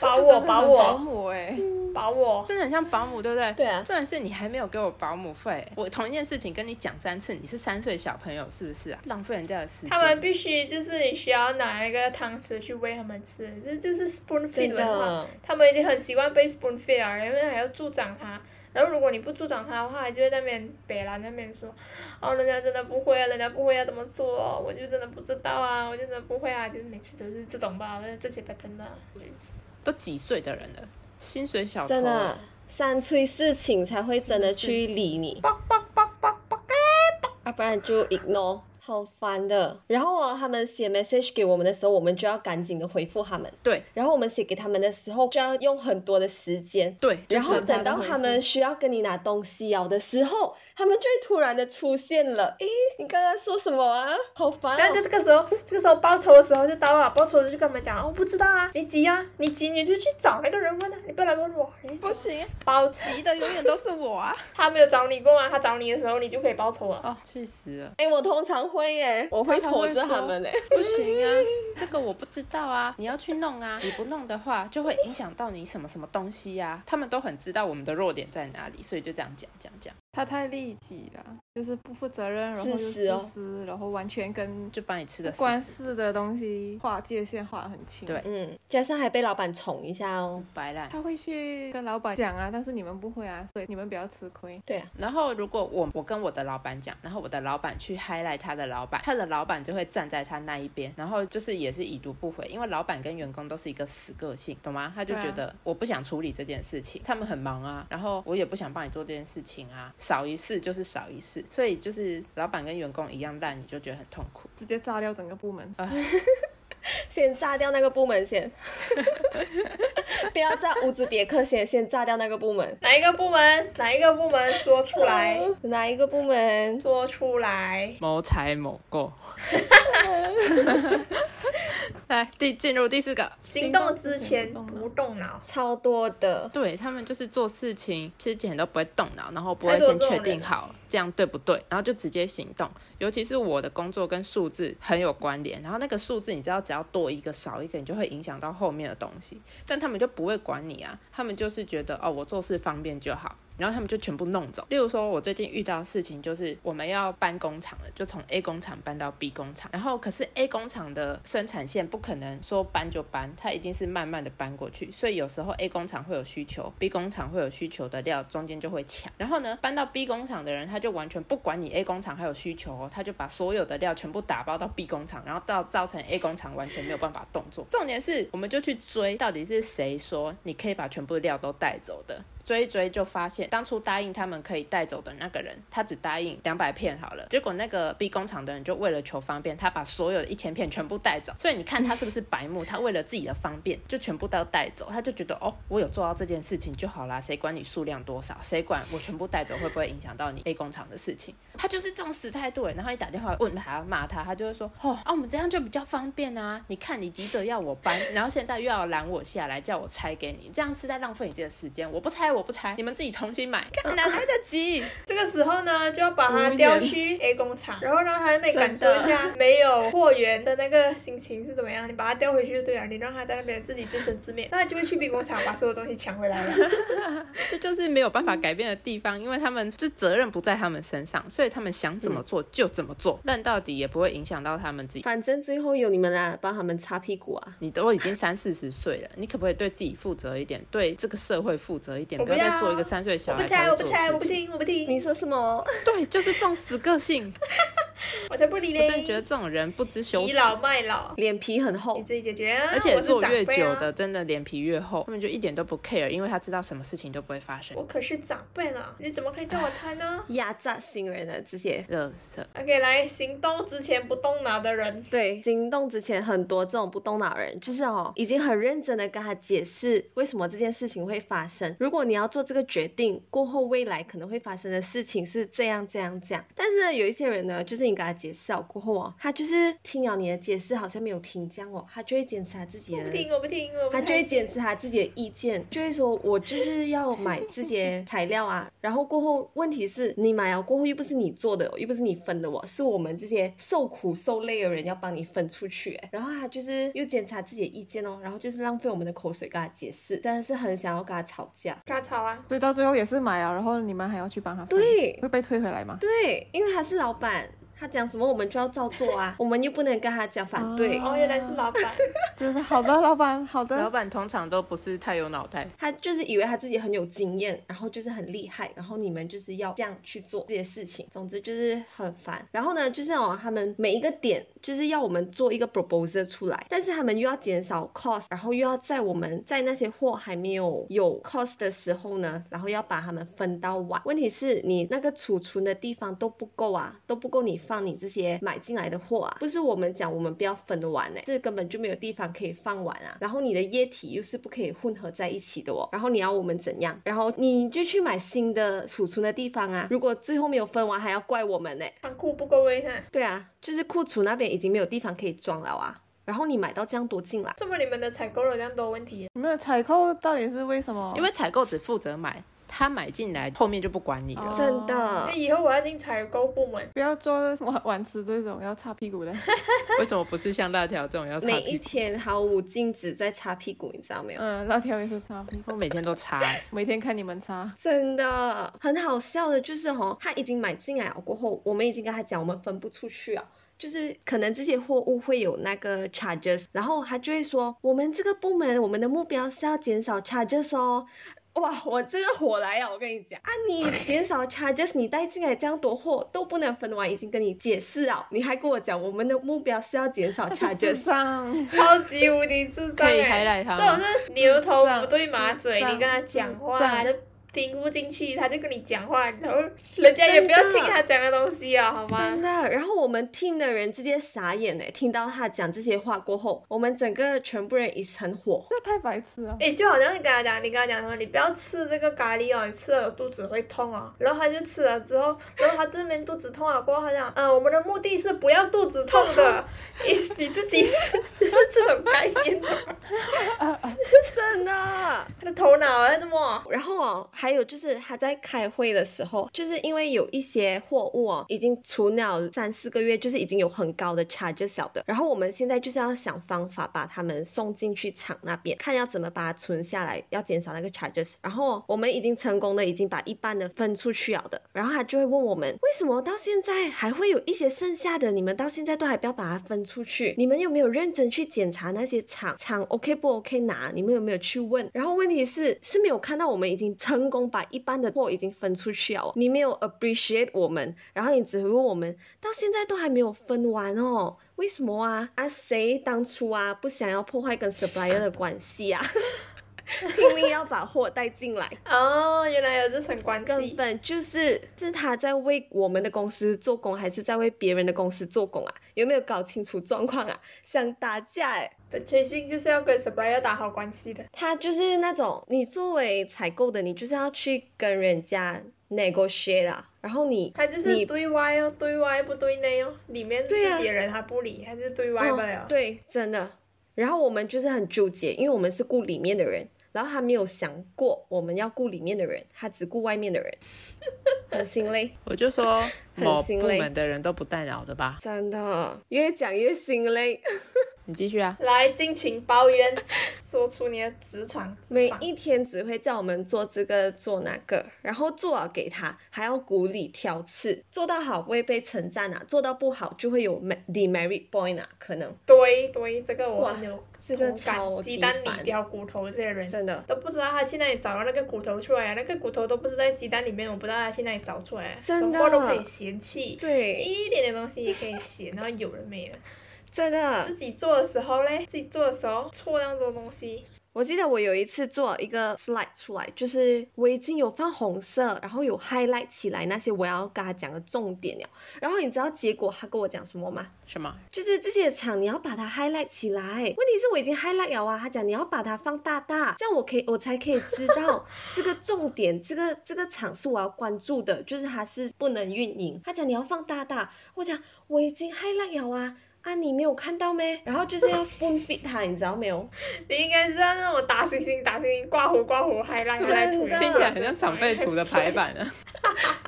C: 保
B: 这
C: 我，
B: 真的
C: 保
B: 很保
C: 我，
B: 姆哎、
C: 保我！
A: 真的很像保姆，对不对？
D: 对啊
A: 重点是你还没有给我保姆费，我同一件事情跟你讲三次，你是三岁小朋友是不是啊？浪费人家的时间。
C: 他们必须就是你需要拿那个汤匙去喂他们吃，这就是 spoon feed
D: 真
C: 文化。
D: 的。
C: 他们已经很习惯被 spoon feed 了，然后还要助长他。然后如果你不助长他的话，他就会在那边北兰那边说，哦，人家真的不会啊，人家不会要怎么做、我就真的不知道啊，我就真的不会啊，就是每次都是这种吧，这些 pattern 啊吧。
A: 都几岁的人了，薪水小偷
D: 真
C: 哦
D: 的三催四请才会真的去理你，
C: eh,
D: 啊要不然就 ignore，好烦的。然后哦他们写 message 给我们的时候，我们就要赶紧的回复他们。
A: 对
D: 然后我们写给他们的时候，就要用很多的时间。
A: 对，就
D: 然
A: 是
D: 后
B: 等他
D: 等到
B: 的回
D: 他
B: 复
D: 们需要跟你拿东西咬的时候，他们就会突然的出现了。诶，你刚刚说什么啊？好烦、
C: 然后
D: 哦
C: 就！这个时候，这个时候报仇的时候就到了，报仇的就跟他们讲，哦，我不知道啊，你急啊，你急你就去找那个人问啊，你不要来问我，你
B: 不行，
C: 报仇，
B: 急的永远都是我啊！
C: 他没有找你过啊，他找你的时候你就可以报仇了。
A: 哦，气死了！
D: 哎、我通常会耶，我会
A: 他
D: 驮
A: 会
D: 着他
A: 说
D: 们嘞。
A: 不行啊，这个我不知道啊，你要去弄啊，你不弄的话就会影响到你什么什么东西呀、他们都很知道我们的弱点在哪里，所以就这样讲讲讲，
B: 他太利己了，就是不负责任，然后又
D: 自私哦
B: 自私，然后完全跟
A: 就把你吃
B: 不
A: 的死
B: 关
A: 死
B: 事的东西划界限划很清。
A: 对
D: 嗯，加上还被老板宠一下哦。
A: 白烂。
B: 他会去跟老板讲啊，但是你们不会啊，所以你们比较吃亏。
D: 对啊，
A: 然后，如果我我跟我的老板讲，然后我的老板去 highlight 他的老板，他的老板就会站在他那一边，然后就是也是已读不回，因为老板跟员工都是一个死个性，懂吗？他就
B: 对啊
A: 觉得我不想处理这件事情，他们很忙啊，然后我也不想帮你做这件事情啊，少一事就是少一事，所以就是老板跟员工一样烂，你就觉得很痛苦。
B: 直接炸掉整个部门。
D: 先炸掉那个部门 先，不要炸屋子别克先，先炸掉那个部门。
C: 哪一个部门？哪一个部门说出来？
A: 嗯
D: 哪一个部门？
C: 说出来！
A: 谋财谋购。 来，第进入第四个，
C: 行动之前不动脑，
D: 超多的，
A: 对他们就是做事情之前都不会动脑，然后不
C: 太
A: 会
C: 多
A: 先
C: 这种
A: 确
C: 人
A: 定好这样对不对，然后就直接行动。尤其是我的工作跟数字很有关联，然后那个数字你知道，只要多一个少一个，你就会影响到后面的东西。但他们就不会管你啊，他们就是觉得哦，我做事方便就好。然后他们就全部弄走。例如说，我最近遇到的事情就是我们要搬工厂了，就从 A 工厂搬到 B 工厂。然后可是 A 工厂的生产线不可能说搬就搬，它一定是慢慢的搬过去。所以有时候 A 工厂会有需求，B 工厂会有需求的料，中间就会抢。然后呢，搬到 B 工厂的人他就完全不管你 A 工厂还有需求哦、他就把所有的料全部打包到 B 工厂，然后到造成 A 工厂完全没有办法动作。重点是，我们就去追到底是谁说你可以把全部的料都带走的。追一追就发现，当初答应他们可以带走的那个人，他只答应两百片好了。结果那个 B 工厂的人就为了求方便，他把所有的一千片全部带走。所以你看他是不是白目？他为了自己的方便，就全部都带走。他就觉得哦，我有做到这件事情就好啦，谁管你数量多少？谁管我全部带走会不会影响到你 A 工厂的事情？他就是这种死态度。欸然后你打电话问他骂他，他就会说哦啊，我们这样就比较方便啊。你看你急着要我搬，然后现在又要拦我下来，叫我拆给你，这样是在浪费你的时间。我不拆，我不拆，你们自己重新买，看哪来得及？
C: 这个时候呢，就要把它调去 A 工厂，然后让他那边感受一下没有货源的那个心情是怎么样。你把它调回去就对了，你让他在那边自己自生自灭，那他就会去 B 工厂把所有东西抢回 来了。
A: 这就是没有办法改变的地方，因为他们就责任不在他们身上，所以他们想怎么做就怎么做，但到底也不会影响到他们自己。
D: 反正最后有你们啦，帮他们擦屁股啊。
A: 你都已经三四十岁了，你可不可以对自己负责一点，对这个社会负责一点，
C: 我
A: 不
C: 不
A: 要
C: 要
A: 再做一个三岁
C: 我
A: 小
C: 不
A: 孩才
C: 拆，
A: 会
C: 我不
A: 做
C: 拆，我
A: 的
C: 不
A: 事情。
C: 听，我不听，
D: 你说什么？
A: 对，就是这种死个性，
C: 我才不理
A: 我
C: 你。
A: 真的觉得这种人不知羞
C: 倚
A: 耻。
C: 老卖老，
D: 脸皮很厚
C: 你，自己解决啊。
A: 而且
C: 我是
A: 做
C: 长
A: 越
C: 辈
A: 久
C: 啊
A: 的，真的脸皮越厚，他们就一点都不 care，因为他知道什么事情都不会发生
C: 我。可是长辈了，你怎么可以叫我拆呢
D: 压榨新人了，直接。
A: 热色，
C: ？OK，来，行动之前不动脑的人，
D: 对，行动之前很多这种不动脑人，就是哦，已经很认真的跟他解释为什么这件事情会发生。如果你要做这个决定，过后未来可能会发生的事情是这样这样这样。但是呢，有一些人呢，就是你给他解释好过后哦，他就是听了你的解释，好像没有听这样哦，他就会坚持他自己
C: 我
D: 的
C: 不听，我不听，我不
D: 他就会
C: 听。
D: 坚持他自己的意见，就会说我就是要买这些材料啊。 然后过后，问题是你买了过后又不是你做的哦，又不是你分的哦，是我们这些受苦受累的人要帮你分出去。哎然后他就是又检查自己的意见哦，然后就是浪费我们的口水跟他解释，真的是很想要跟他吵架。
C: 嘎吵啊！
B: 所以到最后也是买了，然后你们还要去帮他分，
D: 对
B: 会被退回来吗？
D: 对，因为他是老板。他讲什么我们就要照做啊，我们又不能跟他讲反对。
C: 哦，原来是老板。
B: 真是好的，老板，好
A: 老
B: 的。
A: 板通常都不是太有脑袋。
D: 他就是以为他自己很有经验，然后就是很厉害，然后你们就是要这样去做这些事情，总之就是很烦。然后呢，就是哦，他们每一个点就是要我们做一个 proposal 出来，但是他们又要减少 cost，然后又要在我们在那些货还没有有 cost 的时候呢，然后要把它们分到完。问题是你那个储存的地方都不够啊，都不够你放你这些买进来的货啊，不是我们讲我们不要分完哎、这根本就没有地方可以放完啊。然后你的液体又是不可以混合在一起的哦，然后你要我们怎样？然后你就去买新的储存的地方啊。如果最后没有分完，还要怪我们呢、
C: 仓库不够卫生。
D: 对啊，就是库存那边已经没有地方可以装了啊。然后你买到这样多进来，
C: 这么你们的采购有这样多问题？啊
B: 你们的采购到底是为什么？
A: 因为采购只负责买，他买进来后面就不管你了。
B: 哦
D: 真的
A: 嗯
C: 那，以后我要进采购部门，
B: 不要做什么晚吃这种要擦屁股的。
A: 为什么不是像辣条这种要擦
D: 每一
A: 屁股？
D: 天毫无禁止在擦屁股，你知道没有？
B: 嗯，辣条也是擦屁股，
A: 我每天都擦、
B: 每天看你们擦。
D: 真的很好笑的，就是哦，他已经买进来了过后，我们已经跟他讲我们分不出去啊。就是可能这些货物会有那个 charges，然后他就会说我们这个部门我们的目标是要减少 charges 哦。哇，我这个火来啊！我跟你讲啊，你减少 charges，你带进来这样多货都不能分完，已经跟你解释了，你还跟我讲我们的目标是要减少
B: 智
D: charges，
B: 障，
C: 超级无敌智障、
A: 可以
C: 欸！
A: highlight 它
C: 这
A: 吗嗯
C: 种是牛头不对马嘴，
B: 智障
C: 你跟他讲话
B: 智障
C: 他就听不进去，他就跟你讲话，然后人家也不要听他讲的东西啊，好吗
D: 真？的，然后我们听的人直接傻眼哎！听到他讲这些话过后，我们整个全部人一很火。
B: 这太白痴了。
C: 哎、就好像你跟他讲，你跟他讲什么，你不要吃这个咖喱哦，你吃了肚子会痛哦。然后他就吃了之后，然后他这边肚子痛了过后，他讲，嗯、我们的目的是不要肚子痛 的，你你自己是 就是这种概念吗，
D: 真的。
C: 他的头脑啊，这么
D: 然后哦，还有就是他在开会的时候，就是因为有一些货物哦，已经存了三四个月，就是已经有很高的 charge 小的。然后我们现在就是要想方法把他们送进去厂那边，看要怎么把它存下来，要减少那个 charges。然后哦我们已经成功的已经把一半的分出去啊了的。然后他就会问我们，为什么到现在还会有一些剩下的？你们到现在都还不要把它分出去？你们有没有认真去检查那些厂厂 OK 不 OK 拿？你们有没有去问？然后问题是是没有看到我们已经成功把一般的货已经分出去了哦，你没有 appreciate 我们，然后你只会问我们到现在都还没有分完哦。为什么啊？啊，谁当初啊不想要破坏跟 supplier 的关系啊？ 拼命要把货带进来，
C: 哦，原来有这层关
D: 根
C: 系。
D: 本就是是他在为我们的公司做工，还是在为别人的公司做工啊？有没有搞清楚状况啊？ 想打架哎、
C: 本确性就是要跟 supplier 打好关系的。
D: 他就是那种你作为采购的，你就是要去跟人家 negotiate 啊，然后你
C: 他就是
D: 你
C: 对外哦，对外不对内哦，里面自
D: 对啊
C: 己的人他不理，他就是对外啊不了。
D: 哦。对，真的。然后我们就是很纠结，因为我们是顾里面的人，然后他没有想过我们要顾里面的人，他只顾外面的人， 很心累。
A: 我就 说
D: 很
A: 某
D: 心
A: 部
D: 累
A: 门的人都不带脑的吧？
D: 真的，越讲越心累。
A: 你继续啊。
C: 来，尽情抱怨，说出你的职场
D: 每
C: 烦
D: 一天只会叫我们做这个做那个，然后做好给他，还要鼓励挑刺，做到好不会被称赞啊，做到不好就会有 me- demerit point 啊，可能
C: 对对，这个我
D: 哇
C: 很有
D: 这个
C: 同感
D: 超级
C: 鸡蛋里
D: 烦
C: 挑骨头这些人。
D: 真的
C: 都不知道他去哪里找到那个骨头出来啊，那个骨头都不是在鸡蛋里面，我不知道他去哪里找出来，啊
D: 真的
C: 什么都可以嫌弃，
D: 对，
C: 一点点东西也可以嫌，然后有了没了。
D: 真的
C: 自。己做的时候嘞，自己做的时候错那么多东西，
D: 我记得我有一次做一个 slide 出来，就是围巾有放红色，然后有 highlight 起来那些我要跟他讲的重点了。然后你知道结果他跟我讲什么吗？
A: 什么？
D: 就是这些厂你要把它 highlight 起来。问题是我已经 highlight 了啊，他讲你要把它放大大，这样我可以我才可以知道这个重点，这个这个厂是我要关注的，就是它是不能运营。他讲你要放大大，我讲我已经 highlight 了啊。啊，你没有看到咩？然后就是要 spoon feed 他，你知道没有？
C: 你应该知道那种打星星、打星星、刮胡、刮胡，还让
D: 真
C: 他来
D: 的
C: 涂。
A: 听起来很像长辈图的排。版啊。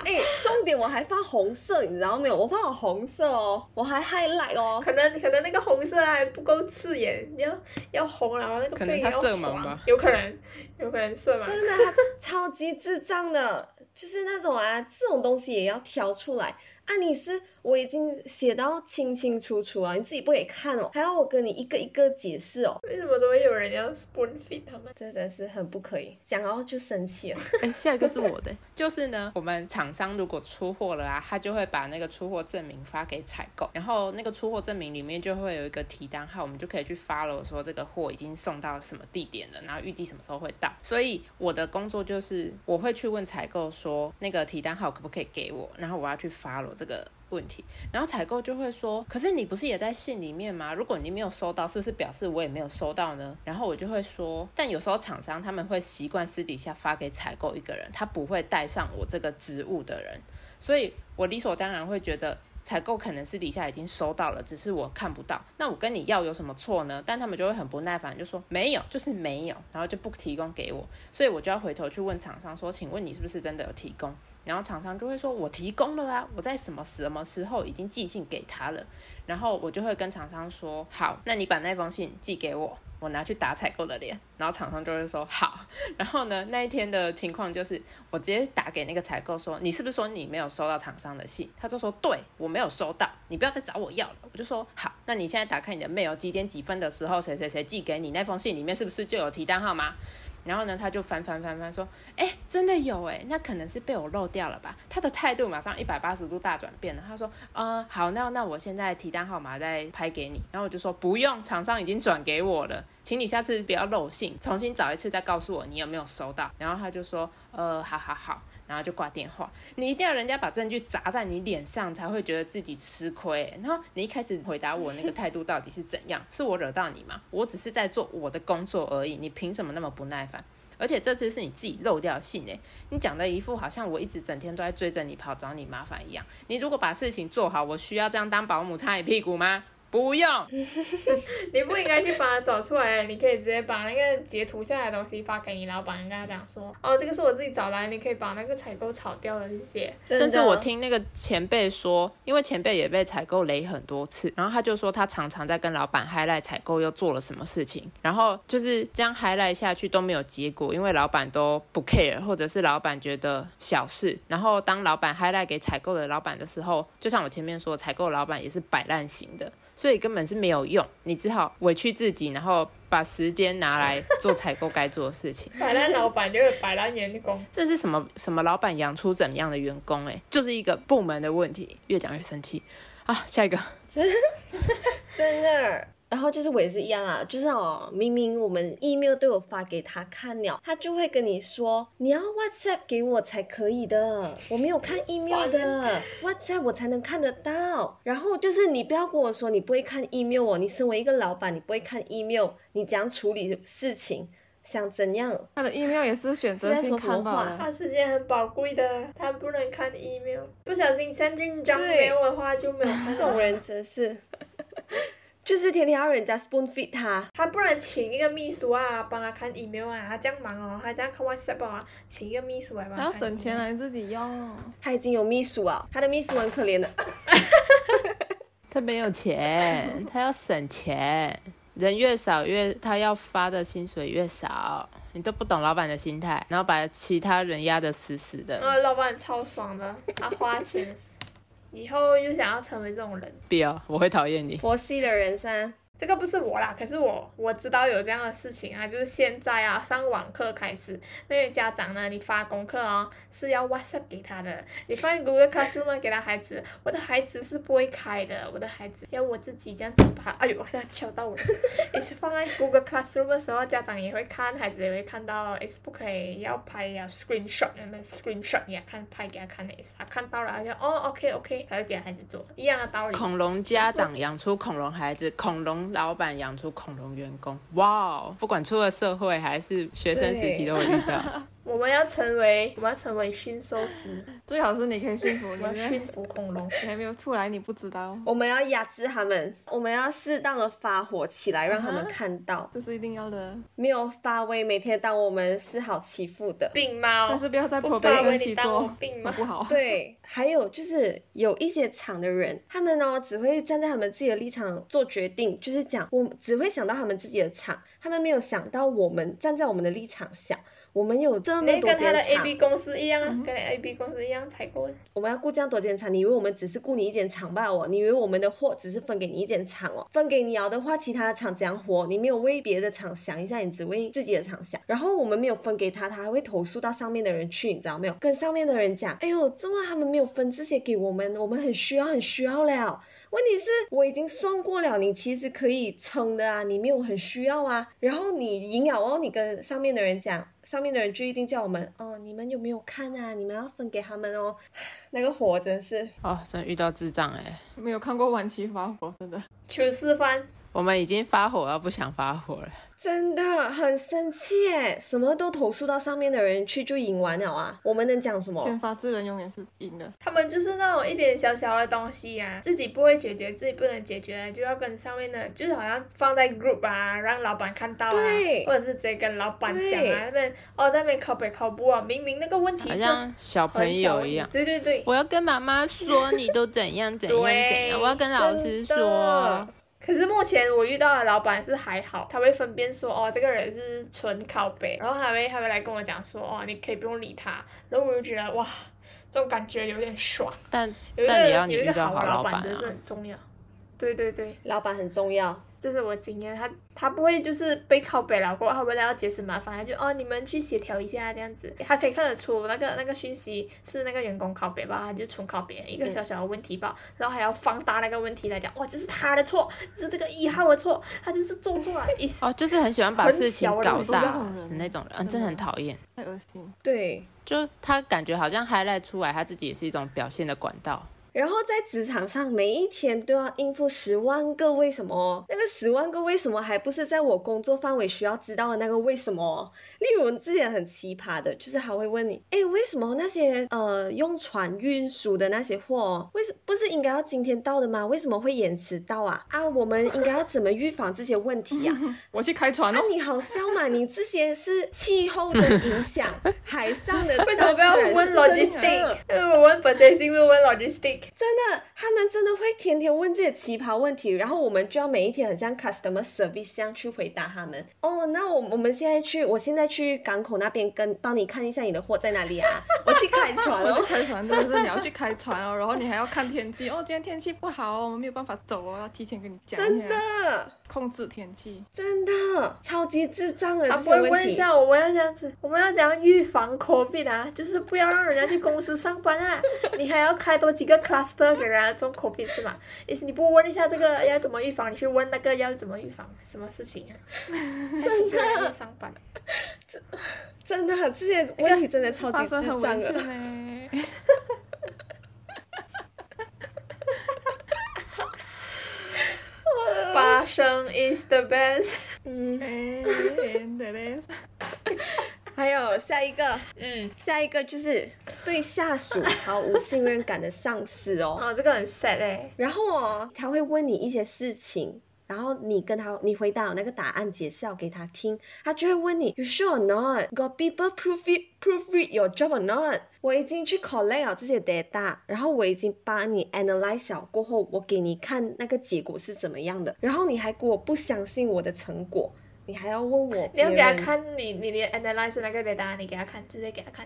D: 哎，重点我还放红色，你知道没有？我放了红色哦，我还 highlight 哦。
C: 可能可能那个红色还不够刺眼，要要红，然后那个
A: 可能
C: 背
A: 他
C: 要
A: 色盲
C: 黄
A: 吧，
C: 有可能，有可能色盲。
D: 真的啊超级智障的，就是那种啊，这种东西也要挑出来啊！你是我已经写到清清楚楚啊，你自己不给看哦，还要我跟你一个一个解释哦，
C: 为什么都会有人要 spoon feed 他们？
D: 这真是很不可以，讲到就生气了。
A: 哎，下一个是我的， 就是呢，我们厂商如果出货了啊，他就会把那个出货证明发给采购，然后那个出货证明里面就会有一个提单号，我们就可以去 follow 说这个货已经送到什么地点了，然后预计什么时候会到。所以我的工作就是我会去问采购说那个提单号可不可以给我，然后我要去 follow 这个问题，然后采购就会说，可是你不是也在信里面吗？如果你没有收到，是不是表示我也没有收到呢？然后我就会说，但有时候厂商他们会习惯私底下发给采购一个人，他不会带上我这个职务的人，所以我理所当然会觉得。采购可能私底下已经收到了，只是我看不到。那我跟你要有什么错呢？但他们就会很不耐烦，就说没有，就是没有，然后就不提供给我。所以我就要回头去问厂商说，请问你是不是真的有提供？然后厂商就会说，我提供了啊，我在什么什么时候已经寄信给他了。然后我就会跟厂商说，好，那你把那封信寄给我，我拿去打采购的脸。然后厂商就会说好。然后呢，那一天的情况就是，我直接打给那个采购说，你是不是说你没有收到厂商的信？他就说，对我没有收到，你不要再找我要了。我就说好，那你现在打开你的 mail，几点几分的时候，谁谁谁寄给你那封信里面是不是就有提单号码？然后呢，他就翻翻翻翻说，哎，真的有哎，那可能是被我漏掉了吧？他的态度马上一百八十度大转变了。他说，嗯，好，那那我现在提单号码再拍给你。然后我就说不用，厂商已经转给我了，请你下次不要漏信，重新找一次再告诉我你有没有收到。然后他就说，呃，好好好，然后就挂电话。你一定要人家把证据砸在你脸上，才会觉得自己吃亏欸。然后你一开始回答我那个态度到底是怎样？是我惹到你吗？我只是在做我的工作而已，你凭什么那么不耐烦？而且这次是你自己漏掉信诶，你讲的一副好像我一直整天都在追着你跑找你麻烦一样。你如果把事情做好，我需要这样当保姆擦你屁股吗？不用，
C: 你不应该去把它找出来，你可以直接把那个截图下来的东西发给你老板，跟他讲说，哦，这个是我自己找来，你可以把那个采购炒掉了，谢谢。
D: 真的啊
A: 但是我听那个前辈说，因为前辈也被采购雷很多次，然后他就说他常常在跟老板 highlight 采购又做了什么事情，然后就是这样 highlight 下去都没有结果，因为老板都不 care，或者是老板觉得小事。然后当老板 highlight 给采购的老板的时候，就像我前面说，采购老板也是摆烂型的，所以根本是没有用，你只好委屈自己，然后把时间拿来做采购该做的事情。
C: 摆烂老板就是摆烂员工，
A: 这是什么什么老板养出怎么样的员工、欸？就是一个部门的问题，越讲越生气。啊，下一个，
D: 真的。然后就是我也是一样啊，就是哦，明明我们 email 都有发给他看了，他就会跟你说你要 WhatsApp 给我才可以的，我没有看 email 的，WhatsApp 我才能看得到。然后就是你不要跟我说你不会看 email 哦，你身为一个老板，你不会看 email，你怎样处理事情，想怎样？
B: 他的 email 也是选择性看吧
D: 现在说什么
C: 他
B: 了。
C: 时间很宝贵的，他不能看 email，不小心删进 junk
D: 对
C: mail 的话就没有看
D: 这
C: 到
D: 种。人真是， 就是天天要人家 spoon feed 他，
C: 他不然请一个秘书啊，帮他看 email 啊，他这样忙哦，他这样看 WhatsApp 啊，请一个秘书来帮
B: 还
C: 他。
B: 要省钱。啊来自己用，
D: 他已经有秘书啊，他的秘书很可怜的。
A: 他没有钱，他要省钱，人越少越他要发的薪水越少，你都不懂老板的心态，然后把其他人压得死死的，
C: 啊，老板超爽的，他花钱，以后又想要成为这种人。
A: 不要，我会讨 厌你。
D: 佛系的人噻，
C: 这个不是我啦，可是我我知道有这样的事情啊，就是现在啊，上网课开始，那些家长呢，你发功课哦是要 WhatsApp 给他的，你放 Google Classroom 啊给他孩子，我的孩子是不会开的，我的孩子要我自己这样子把，哎呦，我现在敲到我的手，也是放在 Google Classroom 的时候，家长也会看，孩子也会看到，哎也是不可以要拍呀、screenshot，那么 screenshot 给他看，拍给他看的意思，他看到了，他就哦 OK OK，才会给孩子做，一样的道理。
A: 恐龙家长养出恐龙孩子，恐龙老板养出恐龙员工，哇、哦！不管出了社会还是学生时期都会遇到。
C: 我们要成为，我们要成为驯兽师。
B: 最好是你可以驯服你
C: 我要
B: 的，
C: 驯服恐龙。
B: 你还没有出来，你不知道，
D: 我们要压制他们，我们要适当的发火起来，让他们看
C: 啊
D: 到
B: 这是一定要的。
D: 没有发威，每天当我们是好欺负 的。
C: 病猫，
B: 但是不要在
C: 我
B: 破
C: 发
B: 杯
C: 威
B: 跟
C: 你
B: 起
C: 当我
B: 做，
C: 病
B: 好
C: 吗？
B: 不好？
D: 对，还有就是有一些厂的人，他们呢只会站在他们自己的立场做决定，就是讲我只会想到他们自己的厂，他们没有想到我们站在我们的立场想，我们有这么
C: 没
D: 多
C: 跟他
D: 间
C: 的 A
D: 厂，
C: B 公司一样啊，跟 A B 公司一样采购。
D: 我们要顾这样多间厂，你以为我们只是顾你一间厂罢哦？你以为我们的货只是分给你一间厂哦？分给你了的话，其他的厂怎样活？你没有为别的厂想一下，你只为自己的厂想。然后我们没有分给他，他还会投诉到上面的人去，你知道没有？跟上面的人讲，哎呦，怎么他们没有分这些给我们？我们很需要，很需要了。问题是我已经算过了，你其实可以撑的啊，你没有很需要啊。然后你赢了哦，你跟上面的人讲，上面的人就一定叫我们哦，你们有没有看啊？你们要分给他们哦。那个火真是，
A: 哦，真的遇到智障哎、
B: 没有看过晚期发火，真的。
C: 糗事番，
A: 我们已经发火到不想发火了。
D: 真的很生气耶，什么都投诉到上面的人去就赢完了啊。我们能讲什么？
B: 先发制人永远是赢的。
C: 他们就是那种一点小小的东西呀、自己不会解决，自己不能解决，就要跟上面的，就是好像放在 group 啊，让老板看到啊
D: 对，
C: 或者是直接跟老板讲
D: 对
C: 啊，那边哦在那边靠北靠步啊，明明那个问题
A: 好
C: 是
A: 像小
C: 很
A: 朋
C: 小
A: 友
C: 问
A: 一
C: 题
A: 样。
C: 对对对，
A: 我要跟妈妈说，你都怎样怎样怎样，
C: 对
A: 我要跟老师
C: 真的
A: 说。
C: 可是目前我遇到的老板是还好，他会分辨说哦，这个人是纯靠北，然后还会还会来跟我讲说哦，你可以不用理他，然后我就觉得哇，这种感觉有点爽。
A: 但
C: 有一个
A: 但也要你
C: 有一
A: 遇
C: 个
A: 到
C: 好的
A: 老
C: 老
A: 板
C: 板
A: 啊
C: 真是很重要。对对对，
D: 老板很重要，
C: 这是我经验，他他不会就是背靠背了过后，他为了要节省麻烦，他就哦你们去协调一下这样子，他可以看得出那个那个讯息是那个员工靠北吧，他就纯靠北一个小小的问题吧，然后还要放大那个问题来讲，哇就是他的错，就是这个一号的错，他就是做错了，一
A: 哦，就是很喜欢把
C: 很
A: 事情
C: 小的
A: 搞
C: 我
B: 是
A: 大
B: 这种人
A: 那种人，嗯真的很讨厌。
B: 太恶心。
D: 对。
A: 就他感觉好像 highlight 出来，他自己也是一种表现的管道。
D: 然后在职场上，每一天都要应付十万个为什么。那个十万个为什么，还不是在我工作范围需要知道的那个为什么。例如之前很奇葩的，就是他会问你，哎，为什么那些呃用船运输的那些货哦，为什不是应该要今天到的吗？为什么会延迟到啊？啊，我们应该要怎么预防这些问题呀、啊？
B: 我去开船哦
D: 啊，，你好笑嘛！你这些是气候的影响，海上的
C: 为什么不要
D: 当然
C: 问
D: 真的
C: logistic？因为我问 purchasing，会问 logistic。
D: 真的，他们真的会天天问这些奇葩问题，然后我们就要每一天很像 customer service 这样去回答他们。哦，那我我们现在去，我现在去港口那边跟帮你看一下你的货在哪里 啊？我去开船
B: 我去
D: 哦。
B: 开船，真的是你要去开船哦，然后你还要看天气哦，今天天气不好哦，我们没有办法走哦，要提前跟你讲一下，
D: 真的，
B: 控制天气。
D: 真的，超级智障的
C: 他
D: 这
C: 啊不
D: 些
C: 会问
D: 问
C: 一
D: 题。
C: 下我们要这样子，我们要怎样预防 COVID 啊？就是不要让人家去公司上班啊！你还要开多几个 cluster 给人家中 COVID 是吗？意思你不问一下这个要怎么预防，你去问那个要怎么预防，什么事情啊？还是不愿意上 班，
D: 真的，这些问题真的超级
B: 发
D: 智
B: 生很
D: 障啊
B: 危
D: 的
B: 险。呢、
C: 发生 is the best。
D: 嗯，
B: And it is
D: 还有下一个，
C: 嗯，
D: 下一个就是对下属毫无信任感的上司哦。
C: 哦，这个很 sad 哎、
D: 然后哦，他会问你一些事情，然后你跟他，你回答有那个答案解释要给他听，他就会问你，You sure or not? Got people proofread proofread your job or not? 我已经去 collect 了这些 data，然后我已经帮你 analyze 了过后，我给你看那个结果是怎么样的，然后你还给我不相信我的成果，你还要问我，
C: 你要给他。看你你的 analyze 那个 data，你给他看，直接给他看。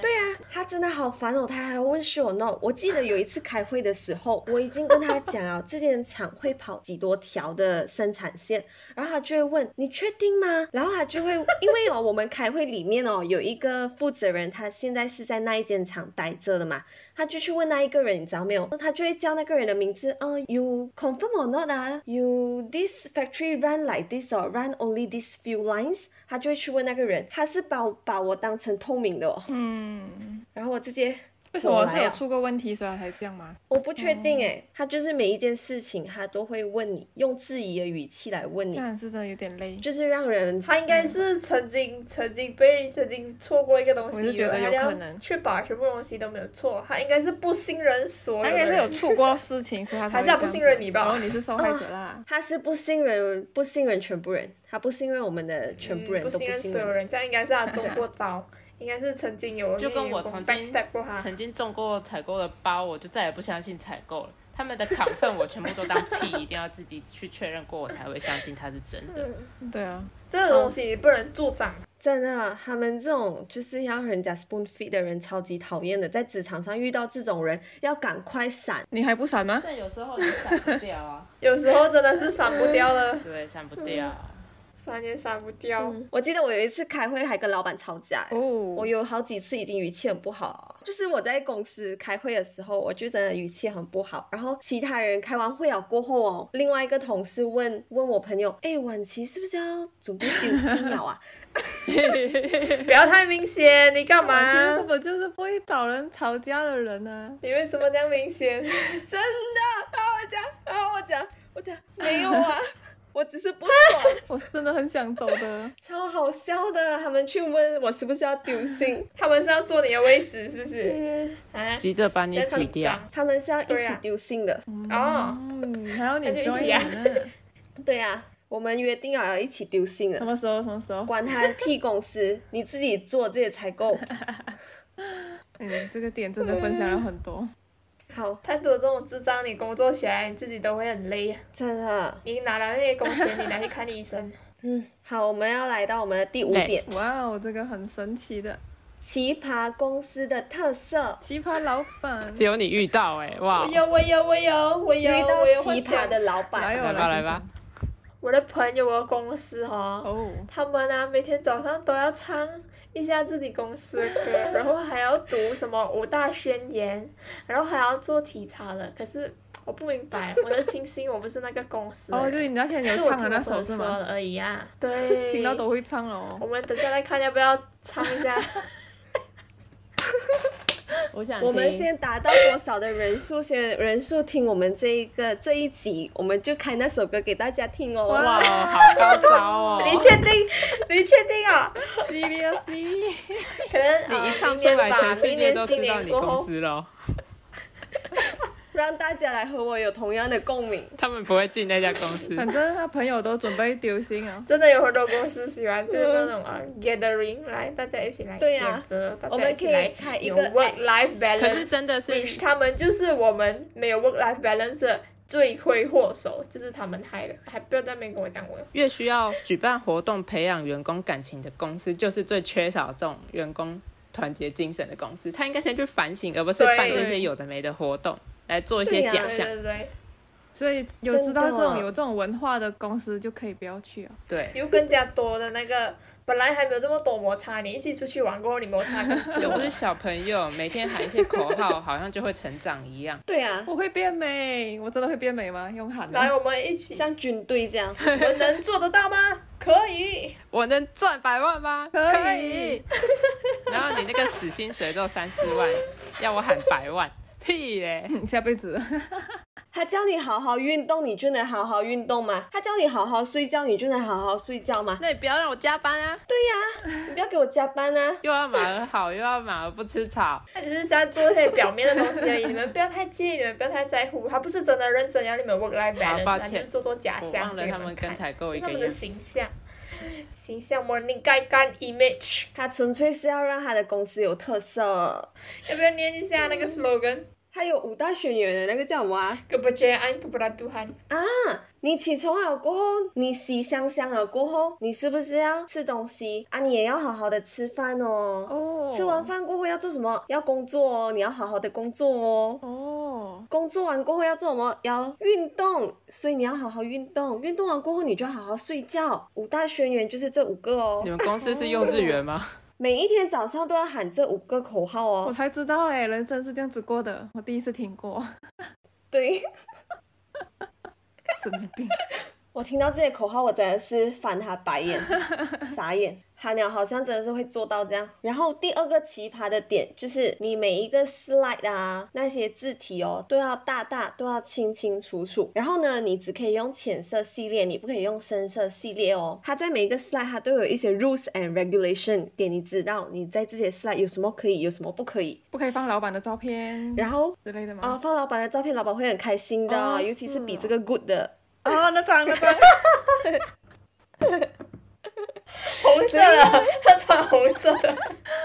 D: 对啊，他真的好烦哦，他还问 sure or not。我记得有一次开会的时候，我已经跟他讲哦了，这间厂会跑几多条的生产线，然后他就会问你确定吗？然后他就会，因为哦，我们开会里面哦有一个负责人，他现在是在那一间厂待着的嘛，他就去问那一个人，你知道没有？他就会叫那个人的名字，呃，you confirm or not 啊？you this factory run like this or run only these few lines？他就会去问那个人，他是把我把我当成透明的哦。
B: 嗯，
D: 然后我直接，
B: 为什么是
D: 我来
B: 有
D: 啊
B: 出过问题，所以才这样吗？
D: 我不确
C: 哦
D: 定哎，他就是每一件事情他都会问你，用质疑的语气来问
B: 这
D: 你，
B: 样是真的有点累。
D: 就是让人
C: 他应该是曾经曾经被人曾经错过一个东西，
B: 我是觉得有
C: 他就要
B: 可能
C: 确保全部东西都没有错。他应该是不信任所
B: 他
C: 有
B: 应
C: 的
B: 该是有
C: 人，
B: 出过事情，所以他
C: 还
B: 才
C: 是
B: 会
C: 他
B: 这样
C: 不信任
B: 子
C: 你吧
B: 然后你是受害 者啦。
D: 他是不信任不信任全部人，他不信任我们的全部人
C: 嗯
D: 都
C: 不信任
D: 信
C: 所有
D: 任。
C: 人，这样应该是他中过招，应该是曾经有
A: 就跟我
C: 从
A: 曾
C: backstep 过他。
A: 曾经中过采购的包，我就再也不相信采购了。他们的亢奋我全部都当屁，一定要自己去确认过，我才会相信它是真 的。
B: 对啊，
C: 这种东西不能助长，
D: 真的，他们这种就是要人家 spoon feed 的人超级讨厌的，在职场上遇到这种人要赶快闪。
B: 你还不闪吗？
A: 但有时候你闪不掉啊，嗯
C: 有时候真的是闪不掉的，
A: 对，闪不掉。啊
C: 三也杀不掉。
D: 嗯我记得我有一次开会还跟老板吵架，欸
B: 哦，
D: 我有好几次已经语气很不好，就是我在公司开会的时候，我就真的语气很不好。然后其他人开完会了过后哦，另外一个同事问问我朋友，哎，婉琪是不是要准备休息了啊？
C: 不要太明显，你干
B: 婉琪
C: 嘛
B: 根？本就是不会找人吵架的人啊呢、
C: 你为什么这样明显？
D: 真的，然后我讲，然后我讲，我讲没有啊，我只是不爽，
B: 我是真的很想走的。
D: 超好笑的。他们去问我是不是要丢信，
C: 他们是要坐你的位置，是不是？
D: 嗯，
C: 啊，
A: 急着把你
C: 在
A: 挤掉。
D: 他们是要一
C: 对
D: 起
C: 啊
D: 丢信的。
C: 哦，
B: 嗯，还要你
C: 那就一
B: join
C: 起啊
B: 我 呢？
D: 对啊，我们约定了要一起丢信的
B: 什。么时候？什么时候？
D: 管他屁公司，你自己做这些才够。
B: 嗯，这个点真的分享了很多。
D: 好，
C: 太多这种智障，你工作起来你自己都会很累啊。
D: 真的，
C: 你拿了那些工钱，你拿去看医生。
D: 嗯，好，我们要来到我们的第五点
A: Next
B: 哇哦，这个很神奇的
D: 奇葩公司的特色。
B: 奇葩老 板，
A: 只有你遇到哎、哇
C: 我！有，我有，我有，我
D: 遇
C: 有，
D: 到
C: 我有
D: 奇
C: 幻
D: 葩
C: 想
D: 的。老
B: 哪
D: 板，
B: 有
A: 来吧来吧，
C: 我的朋友，我的公司哈、
B: 哦，
C: 他们啊，每天早上都要唱一下自己公司的歌，然后还要读什么五大宣言，然后还要做体操的。可是我不明白，我就庆幸我不是那个公司的
B: 哦，
C: 人
B: 就你那天有
C: 是我
B: 唱
C: 听
B: 的
C: 我
B: 那
C: 朋
B: 首
C: 友
B: 是
C: 说
B: 吗？
C: 的而已啊。对，
B: 听到都会唱了哦
C: 我。们等下来看要不要唱一下。
A: 我想
D: 我们
A: 听
D: 先达到多少的人数？先人数听我们这一个这一集，我们就开那首歌给大家听哦。
A: 哇，
D: 哇，
A: 好高招哦！
C: 你确定？你确定啊？
B: Seriously，
C: 可能
A: 你
C: 呃
A: 一唱
C: 明
A: 出
C: 年
A: 来，
C: 吧，
A: 全
C: 明
A: 世界
C: 年
A: 都
C: 新
A: 知道
C: 年
A: 你
C: 过
A: 公
C: 后，
A: 司了，
D: 让大家来和我有同样的共鸣。
A: 他们不会进那家公司。
B: 反正他朋友都准备丢心啊。
C: 真的有很多公司喜欢就是那 种啊 gathering，来大家一起来
D: 嗯对啊
C: 点歌，大
D: 我
C: 家
D: 们
C: 一
D: 可
C: 起来
D: 以开一
C: 有
D: 个哎
C: work life
A: 可是
C: balance。
A: 真的是
C: which 他们就是我们没有 work life balance 的罪魁祸首，就是他们害的，还不要在那边跟我讲我。
A: 越需要举办活动培养员工感情的公司，就是最缺少这种员工团结精神的公司。他应该先去反省，而不是
C: 对
A: 办这些有的没的活动来做一些
D: 对啊
A: 假
C: 对
A: 象。
C: 对对，
B: 所以有知道这
D: 真
B: 种
D: 的啊
B: 有这种文化的公司就可以不要去啊。
A: 对，
C: 有更加多的那个，本来还没有这么多摩擦，你一起出去玩过后，你摩 擦更多。
A: 又不是小朋友，每天喊一些口号，好像就会成长一样。
D: 对啊，
B: 我会变美，我真的会变美吗？用喊
C: 来，
B: 的。
C: 我们一起，
D: 像军队这样。
C: 我们能做得到吗？可以。
A: 我能赚百万吗？
B: 可以
A: 以。 然后你那个死薪水都三四万，要我喊百万， 屁嘞！
B: 嗯下辈 子
D: 他叫你好好运动，你就能好好运动吗？他叫你好好睡觉，你就能好好睡觉吗？
A: 那你不要让我加班啊！
D: 对呀、你不要给我加班啊！
A: 又要马儿好，又要马儿不吃草，
C: 他只是想做一些表面的东西而已，你们不要太介意，你们不要太在乎，他不是真的认真要你们 work life
A: 好
C: balance，
A: 抱
C: 他
A: 歉
C: 就是做做假
A: 我
C: 象。
A: 忘了他们跟采购一
C: 他
A: 个
C: 们
A: 样
C: 的。形象，形象 morning 盖干 image，
D: 他纯粹是要让他的公司有特色。
C: 要不要念一下那个 slogan？
D: 他有五大宣言的那个叫什么啊？
C: Kepercayaan kepada Tuhan。
D: 啊，你起床了过后，你洗香香了过后，你是不是要吃东西啊？你也要好好的吃饭哦。
B: 哦。
D: 吃完饭过后要做什么？要工作哦，你要好好的工作哦。
B: 哦，
D: 工作完过后要做什么？要运动，所以你要好好运动。运动完过后，你就要好好睡觉。五大宣言就是这五个哦
A: 你。们公司是幼稚园吗？
D: 每一天早上都要喊这五个口号
B: 我
D: 哦。
B: 才知道哎、人生是这样子过的，我第一次听过，
D: 对，
B: 神经病。
D: 我听到这些口号，我真的是翻他白眼，傻眼。哈鸟好像真的是会做到这样。然后第二个奇葩的点就是，你每一个 slide 啊，那些字体哦，都要大大都要清清楚楚。然后呢，你只可以用浅色系列，你不可以用深色系列哦。它在每一个 slide 它都有一些 rules and regulation，给你知道你在这些 slide 有什么可以，有什么不可以。
B: 不可以放老板的照片
D: 然后
B: 之类的
D: 啊、
B: 吗？
D: 放老板的照片，老板会很开心的，
B: 哦
D: 尤其是
B: 是
D: 比
B: 哦
D: 这个 good 的。
B: 哦，那张那张，
C: 红色的， 他穿红色 的。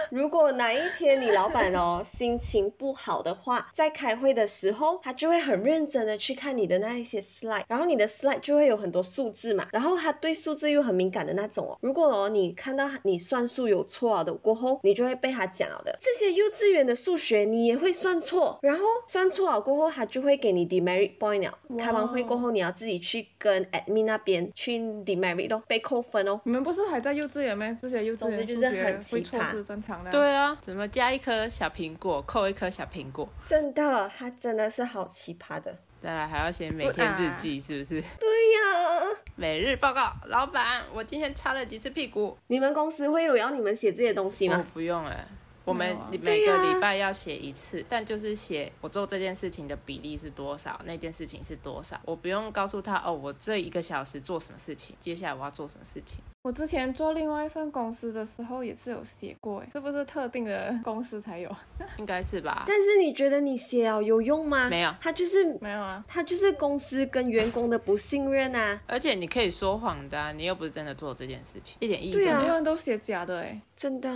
D: 如果哪一天你老板哦心情不好的话，在开会的时候，他就会很认真的去看你的那一些 slide，然后你的 slide 就会有很多数字嘛，然后他对数字又很敏感的那种哦。如果哦你看到你算数有错了的过后，你就会被他讲了的。这些幼稚园的数学你也会算错，然后算错了过后，他就会给你 demerit point 了。开完会过后，你要自己去跟 admin 那边去 demerit 哦，被扣分哦。
B: 你们不是还在幼稚园吗？这些幼稚园数
D: 总之就是
B: 学
D: 很奇葩
B: 会错是正常的。，
A: 对啊，怎么加一颗小苹果，扣一颗小苹果，
D: 真的，他真的是好奇葩的。
A: 再来还要写每天日记，是不是？
D: 对呀、
A: 每日报告，老板，我今天擦了几次屁股？
D: 你们公司会有要你们写这些东西
A: 我
B: 哦
D: 吗？
A: 不用哎、我
B: 没
A: 们
B: 有啊
A: 每个
D: 对呀
A: 礼拜要写一次，但就是写我做这件事情的比例是多少，那件事情是多少，我不用告诉他哦，我这一个小时做什么事情，接下来我要做什么事情。
B: 我之前做另外一份公司的时候也是有写过，诶是不是特定的 公司才有？
A: 应该是吧？
D: 但是你觉得你写哦有用吗？
A: 没有
D: 他就是
B: 没有啊，
D: 他就是公司跟员工的不信任啊，
A: 而且你可以说谎的、啊，你又不是真的做这件事情，一点意义都
D: 对
A: 没
D: 啊
A: 有。
B: 很多人都写假的诶。
D: 真的。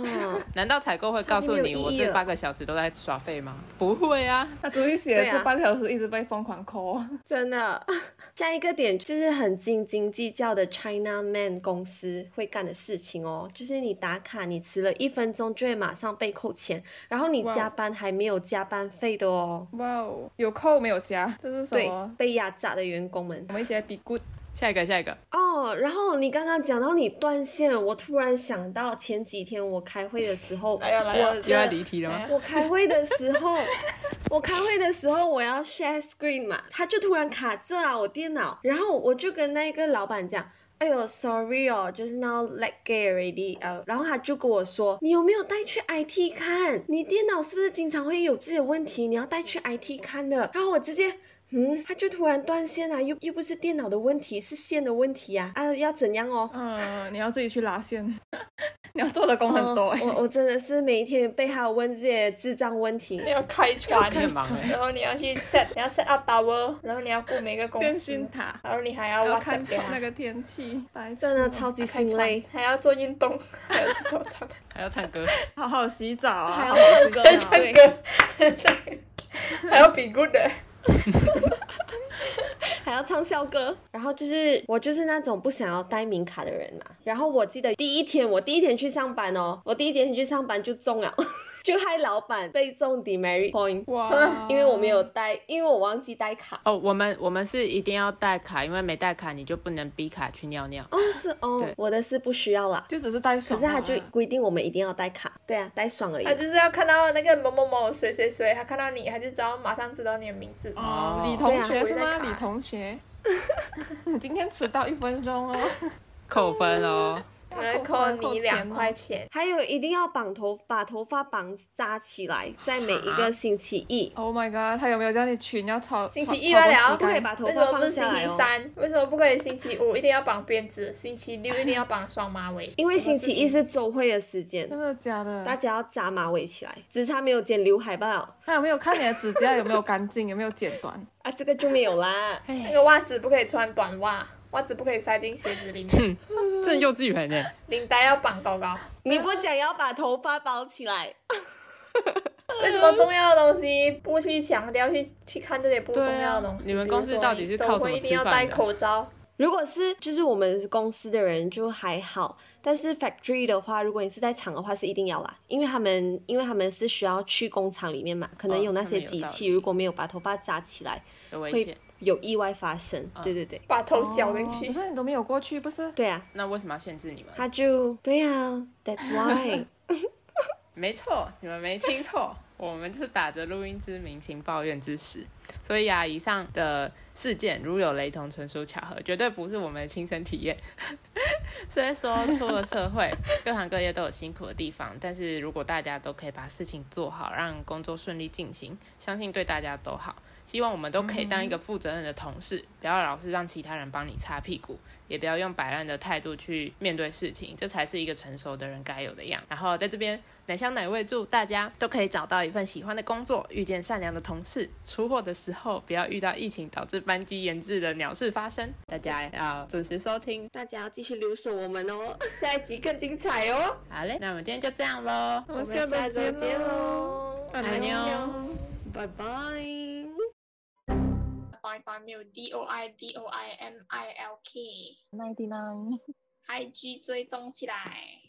A: 难道采购会告诉
D: 它就没
A: 你
D: 有
A: 我
D: 意义
A: 这
D: 了
A: 八个小时都在耍废吗？不会啊，
B: 他只会写
D: 对啊
B: 这半个小时一直被疯狂抠。
D: 真的，下一个点就是很斤斤计较的 China Man 公司会干的事情哦，就是你打卡，你迟了一分钟就会马上被扣钱，然后你
B: 哇哦
D: 加班还没有加班费的哦。
B: 哇哦，有扣没有加，这是什
D: 对
B: 么，？
D: 被压榨的员工们
B: 我们一起来比 good。
A: 下一个，下一个，
D: 哦。然后你刚刚讲到你断线，我突然想到前几天我开会的时候，
B: 来呀来呀
D: 我
A: 又要
D: 的
A: 离题了吗？
D: 我开会的时候，我开会的时候我要 share screen 嘛，他就突然卡这啊我电脑，然后我就跟那个老板讲。哎呦，sorry 哦，就是 now let g a already 呃，然后他就跟我说，你有没有带去 IT 看？你电脑是不是经常会有这些问题？你要带去 IT 看的。然后我直接，嗯，他就突然断线啊，又又不是电脑的问题，是线的问题啊，啊，要怎样哦？
B: 嗯，你要自己去拉线， 你要做的工哦很多诶。
D: 嗯我我真的是每一天被他问这些智障问 题，
C: 你要开船，
A: 你很忙哎、
C: 然后你要去 set，你要 set up tower，然后你要顾每个公
B: 电
C: 司，
B: 讯塔，
C: 然后你还要
B: 还要
C: WhatsApp
B: 看
C: 给
B: 那
C: 他，
B: 个天气， 白
D: 真的超级
C: 开
B: 啊
D: 心累
C: 船。还要做运动，还要做早餐，
A: 还要唱歌，
B: 好好洗澡啊，
D: 还要
B: 好好睡觉
C: 还要唱
B: 啊
D: 唱歌
C: 歌，还要唱歌还要比 good 的。
D: 还要唱校歌。然后就是我就是那种不想要带名卡的人嘛。然后我记得第一天，我第一天去上班哦，我第一天去上班就中了， 就害老板被中 demerit point，
B: 哇
D: 因为我没有带，因为我忘记带卡。
A: 哦，我们我们是一定要带卡，因为没带卡你就不能逼卡去尿尿。
D: 哦，是哦
A: 对，
D: 我的是不需要啦。
B: 就只是带
D: 可
B: 爽
D: 是
B: 啊。
D: 他就规定我们一定要带卡，对啊，带爽而已
C: 他。就是要看到那个某某某谁谁谁，他看到你，他就知道马上知道你的名字。
B: 哦
A: 哦，
B: 李同学是
C: 对
B: 吗？
C: 啊
B: 李同学， 你今天迟到一分钟哦，
A: 扣分哦，
C: 然后扣你两块钱。
D: 还有一定要绑头，把头发绑扎起来，在每一个星期一。
B: Oh my god，他有没有叫你群要吵？
C: 星期
B: 吵
C: 一罢了
B: 吵过膝
D: 不
B: 盖
D: 可以把头
C: 为什么
D: 发
C: 不
D: 放
C: 是星
D: 下来
C: 期
D: 哦。
C: 三？为什么不可以星期五一定要绑辫子？星期六一定要绑双马尾？
D: 因为
C: 什么
D: 星
C: 事
D: 期
C: 情
D: 一是周会的时间
B: 真，的假的？
D: 大家要扎马尾起来，只差没有剪刘海罢了
B: 他有没有看你的指甲有没有干净，有没有剪 短？
D: 啊，这个就没有 啦。
C: 那个袜子不可以穿短袜，袜子不可以塞进鞋子里面，
A: 这幼稚园欸呢？
C: 领带要绑高高。
D: 你不讲要把头发包起来，
C: 为什么重要的东西不去强调，去去看这些不重要的东西？
A: 对啊你们公司到底是靠什么
C: 比如说你周会一定要
A: 吃饭的
C: 戴口罩，
D: 如果是就是我们公司的人就还好，但是 factory 的话，如果你是在厂的话是一定要啦，因为他们因为他们是需要去工厂里面嘛，可能
A: 哦
D: 有那
A: 他
D: 些
A: 们有
D: 机
A: 道
D: 器，
A: 理
D: 如果没有把头发扎起来，
A: 有危
D: 会
A: 险。
D: 有意外发生。对对对，
C: 把头绞进
B: 哦可
C: 去。
B: 是你都没有过去，不是？
D: 对啊，
A: 那为什么要限制你们？
D: 他就对啊，That's why 。
A: 没错，你们没听错， 我们就是打着录音之名行抱怨之实。所以啊，以上的事件如有雷同，纯属巧合，绝对不是我们的亲身体验。 虽说出了社会，各行各业都有辛苦的地方，但是如果大家都可以把事情做好，让工作顺利进行，相信对大家都好。希望我们都可以当一个负责任的同事，不要老是让其他人帮你擦屁股，也不要用摆烂的态度去面对事情，这才是一个成熟的人该有的样。然后在这边奶香奶味祝大家都可以找到一份喜欢的工作，遇见善良的同事。出货的时候不要遇到疫情导致班机延滞的鸟事发生。大家要准时收听。
D: 大家要继续留守我们哦。
C: 下一集更精彩哦！
A: 好嘞，那我们今天就这样喽，
B: 我
C: 我
B: 们
C: 们下
B: 周
C: 周见
B: 喽。
C: 喽，
A: 拜拜哟。
D: 拜拜。
C: 拜拜 m i l D O I D O I M I L K，I
B: Ninety nine。
C: G 追踪起来。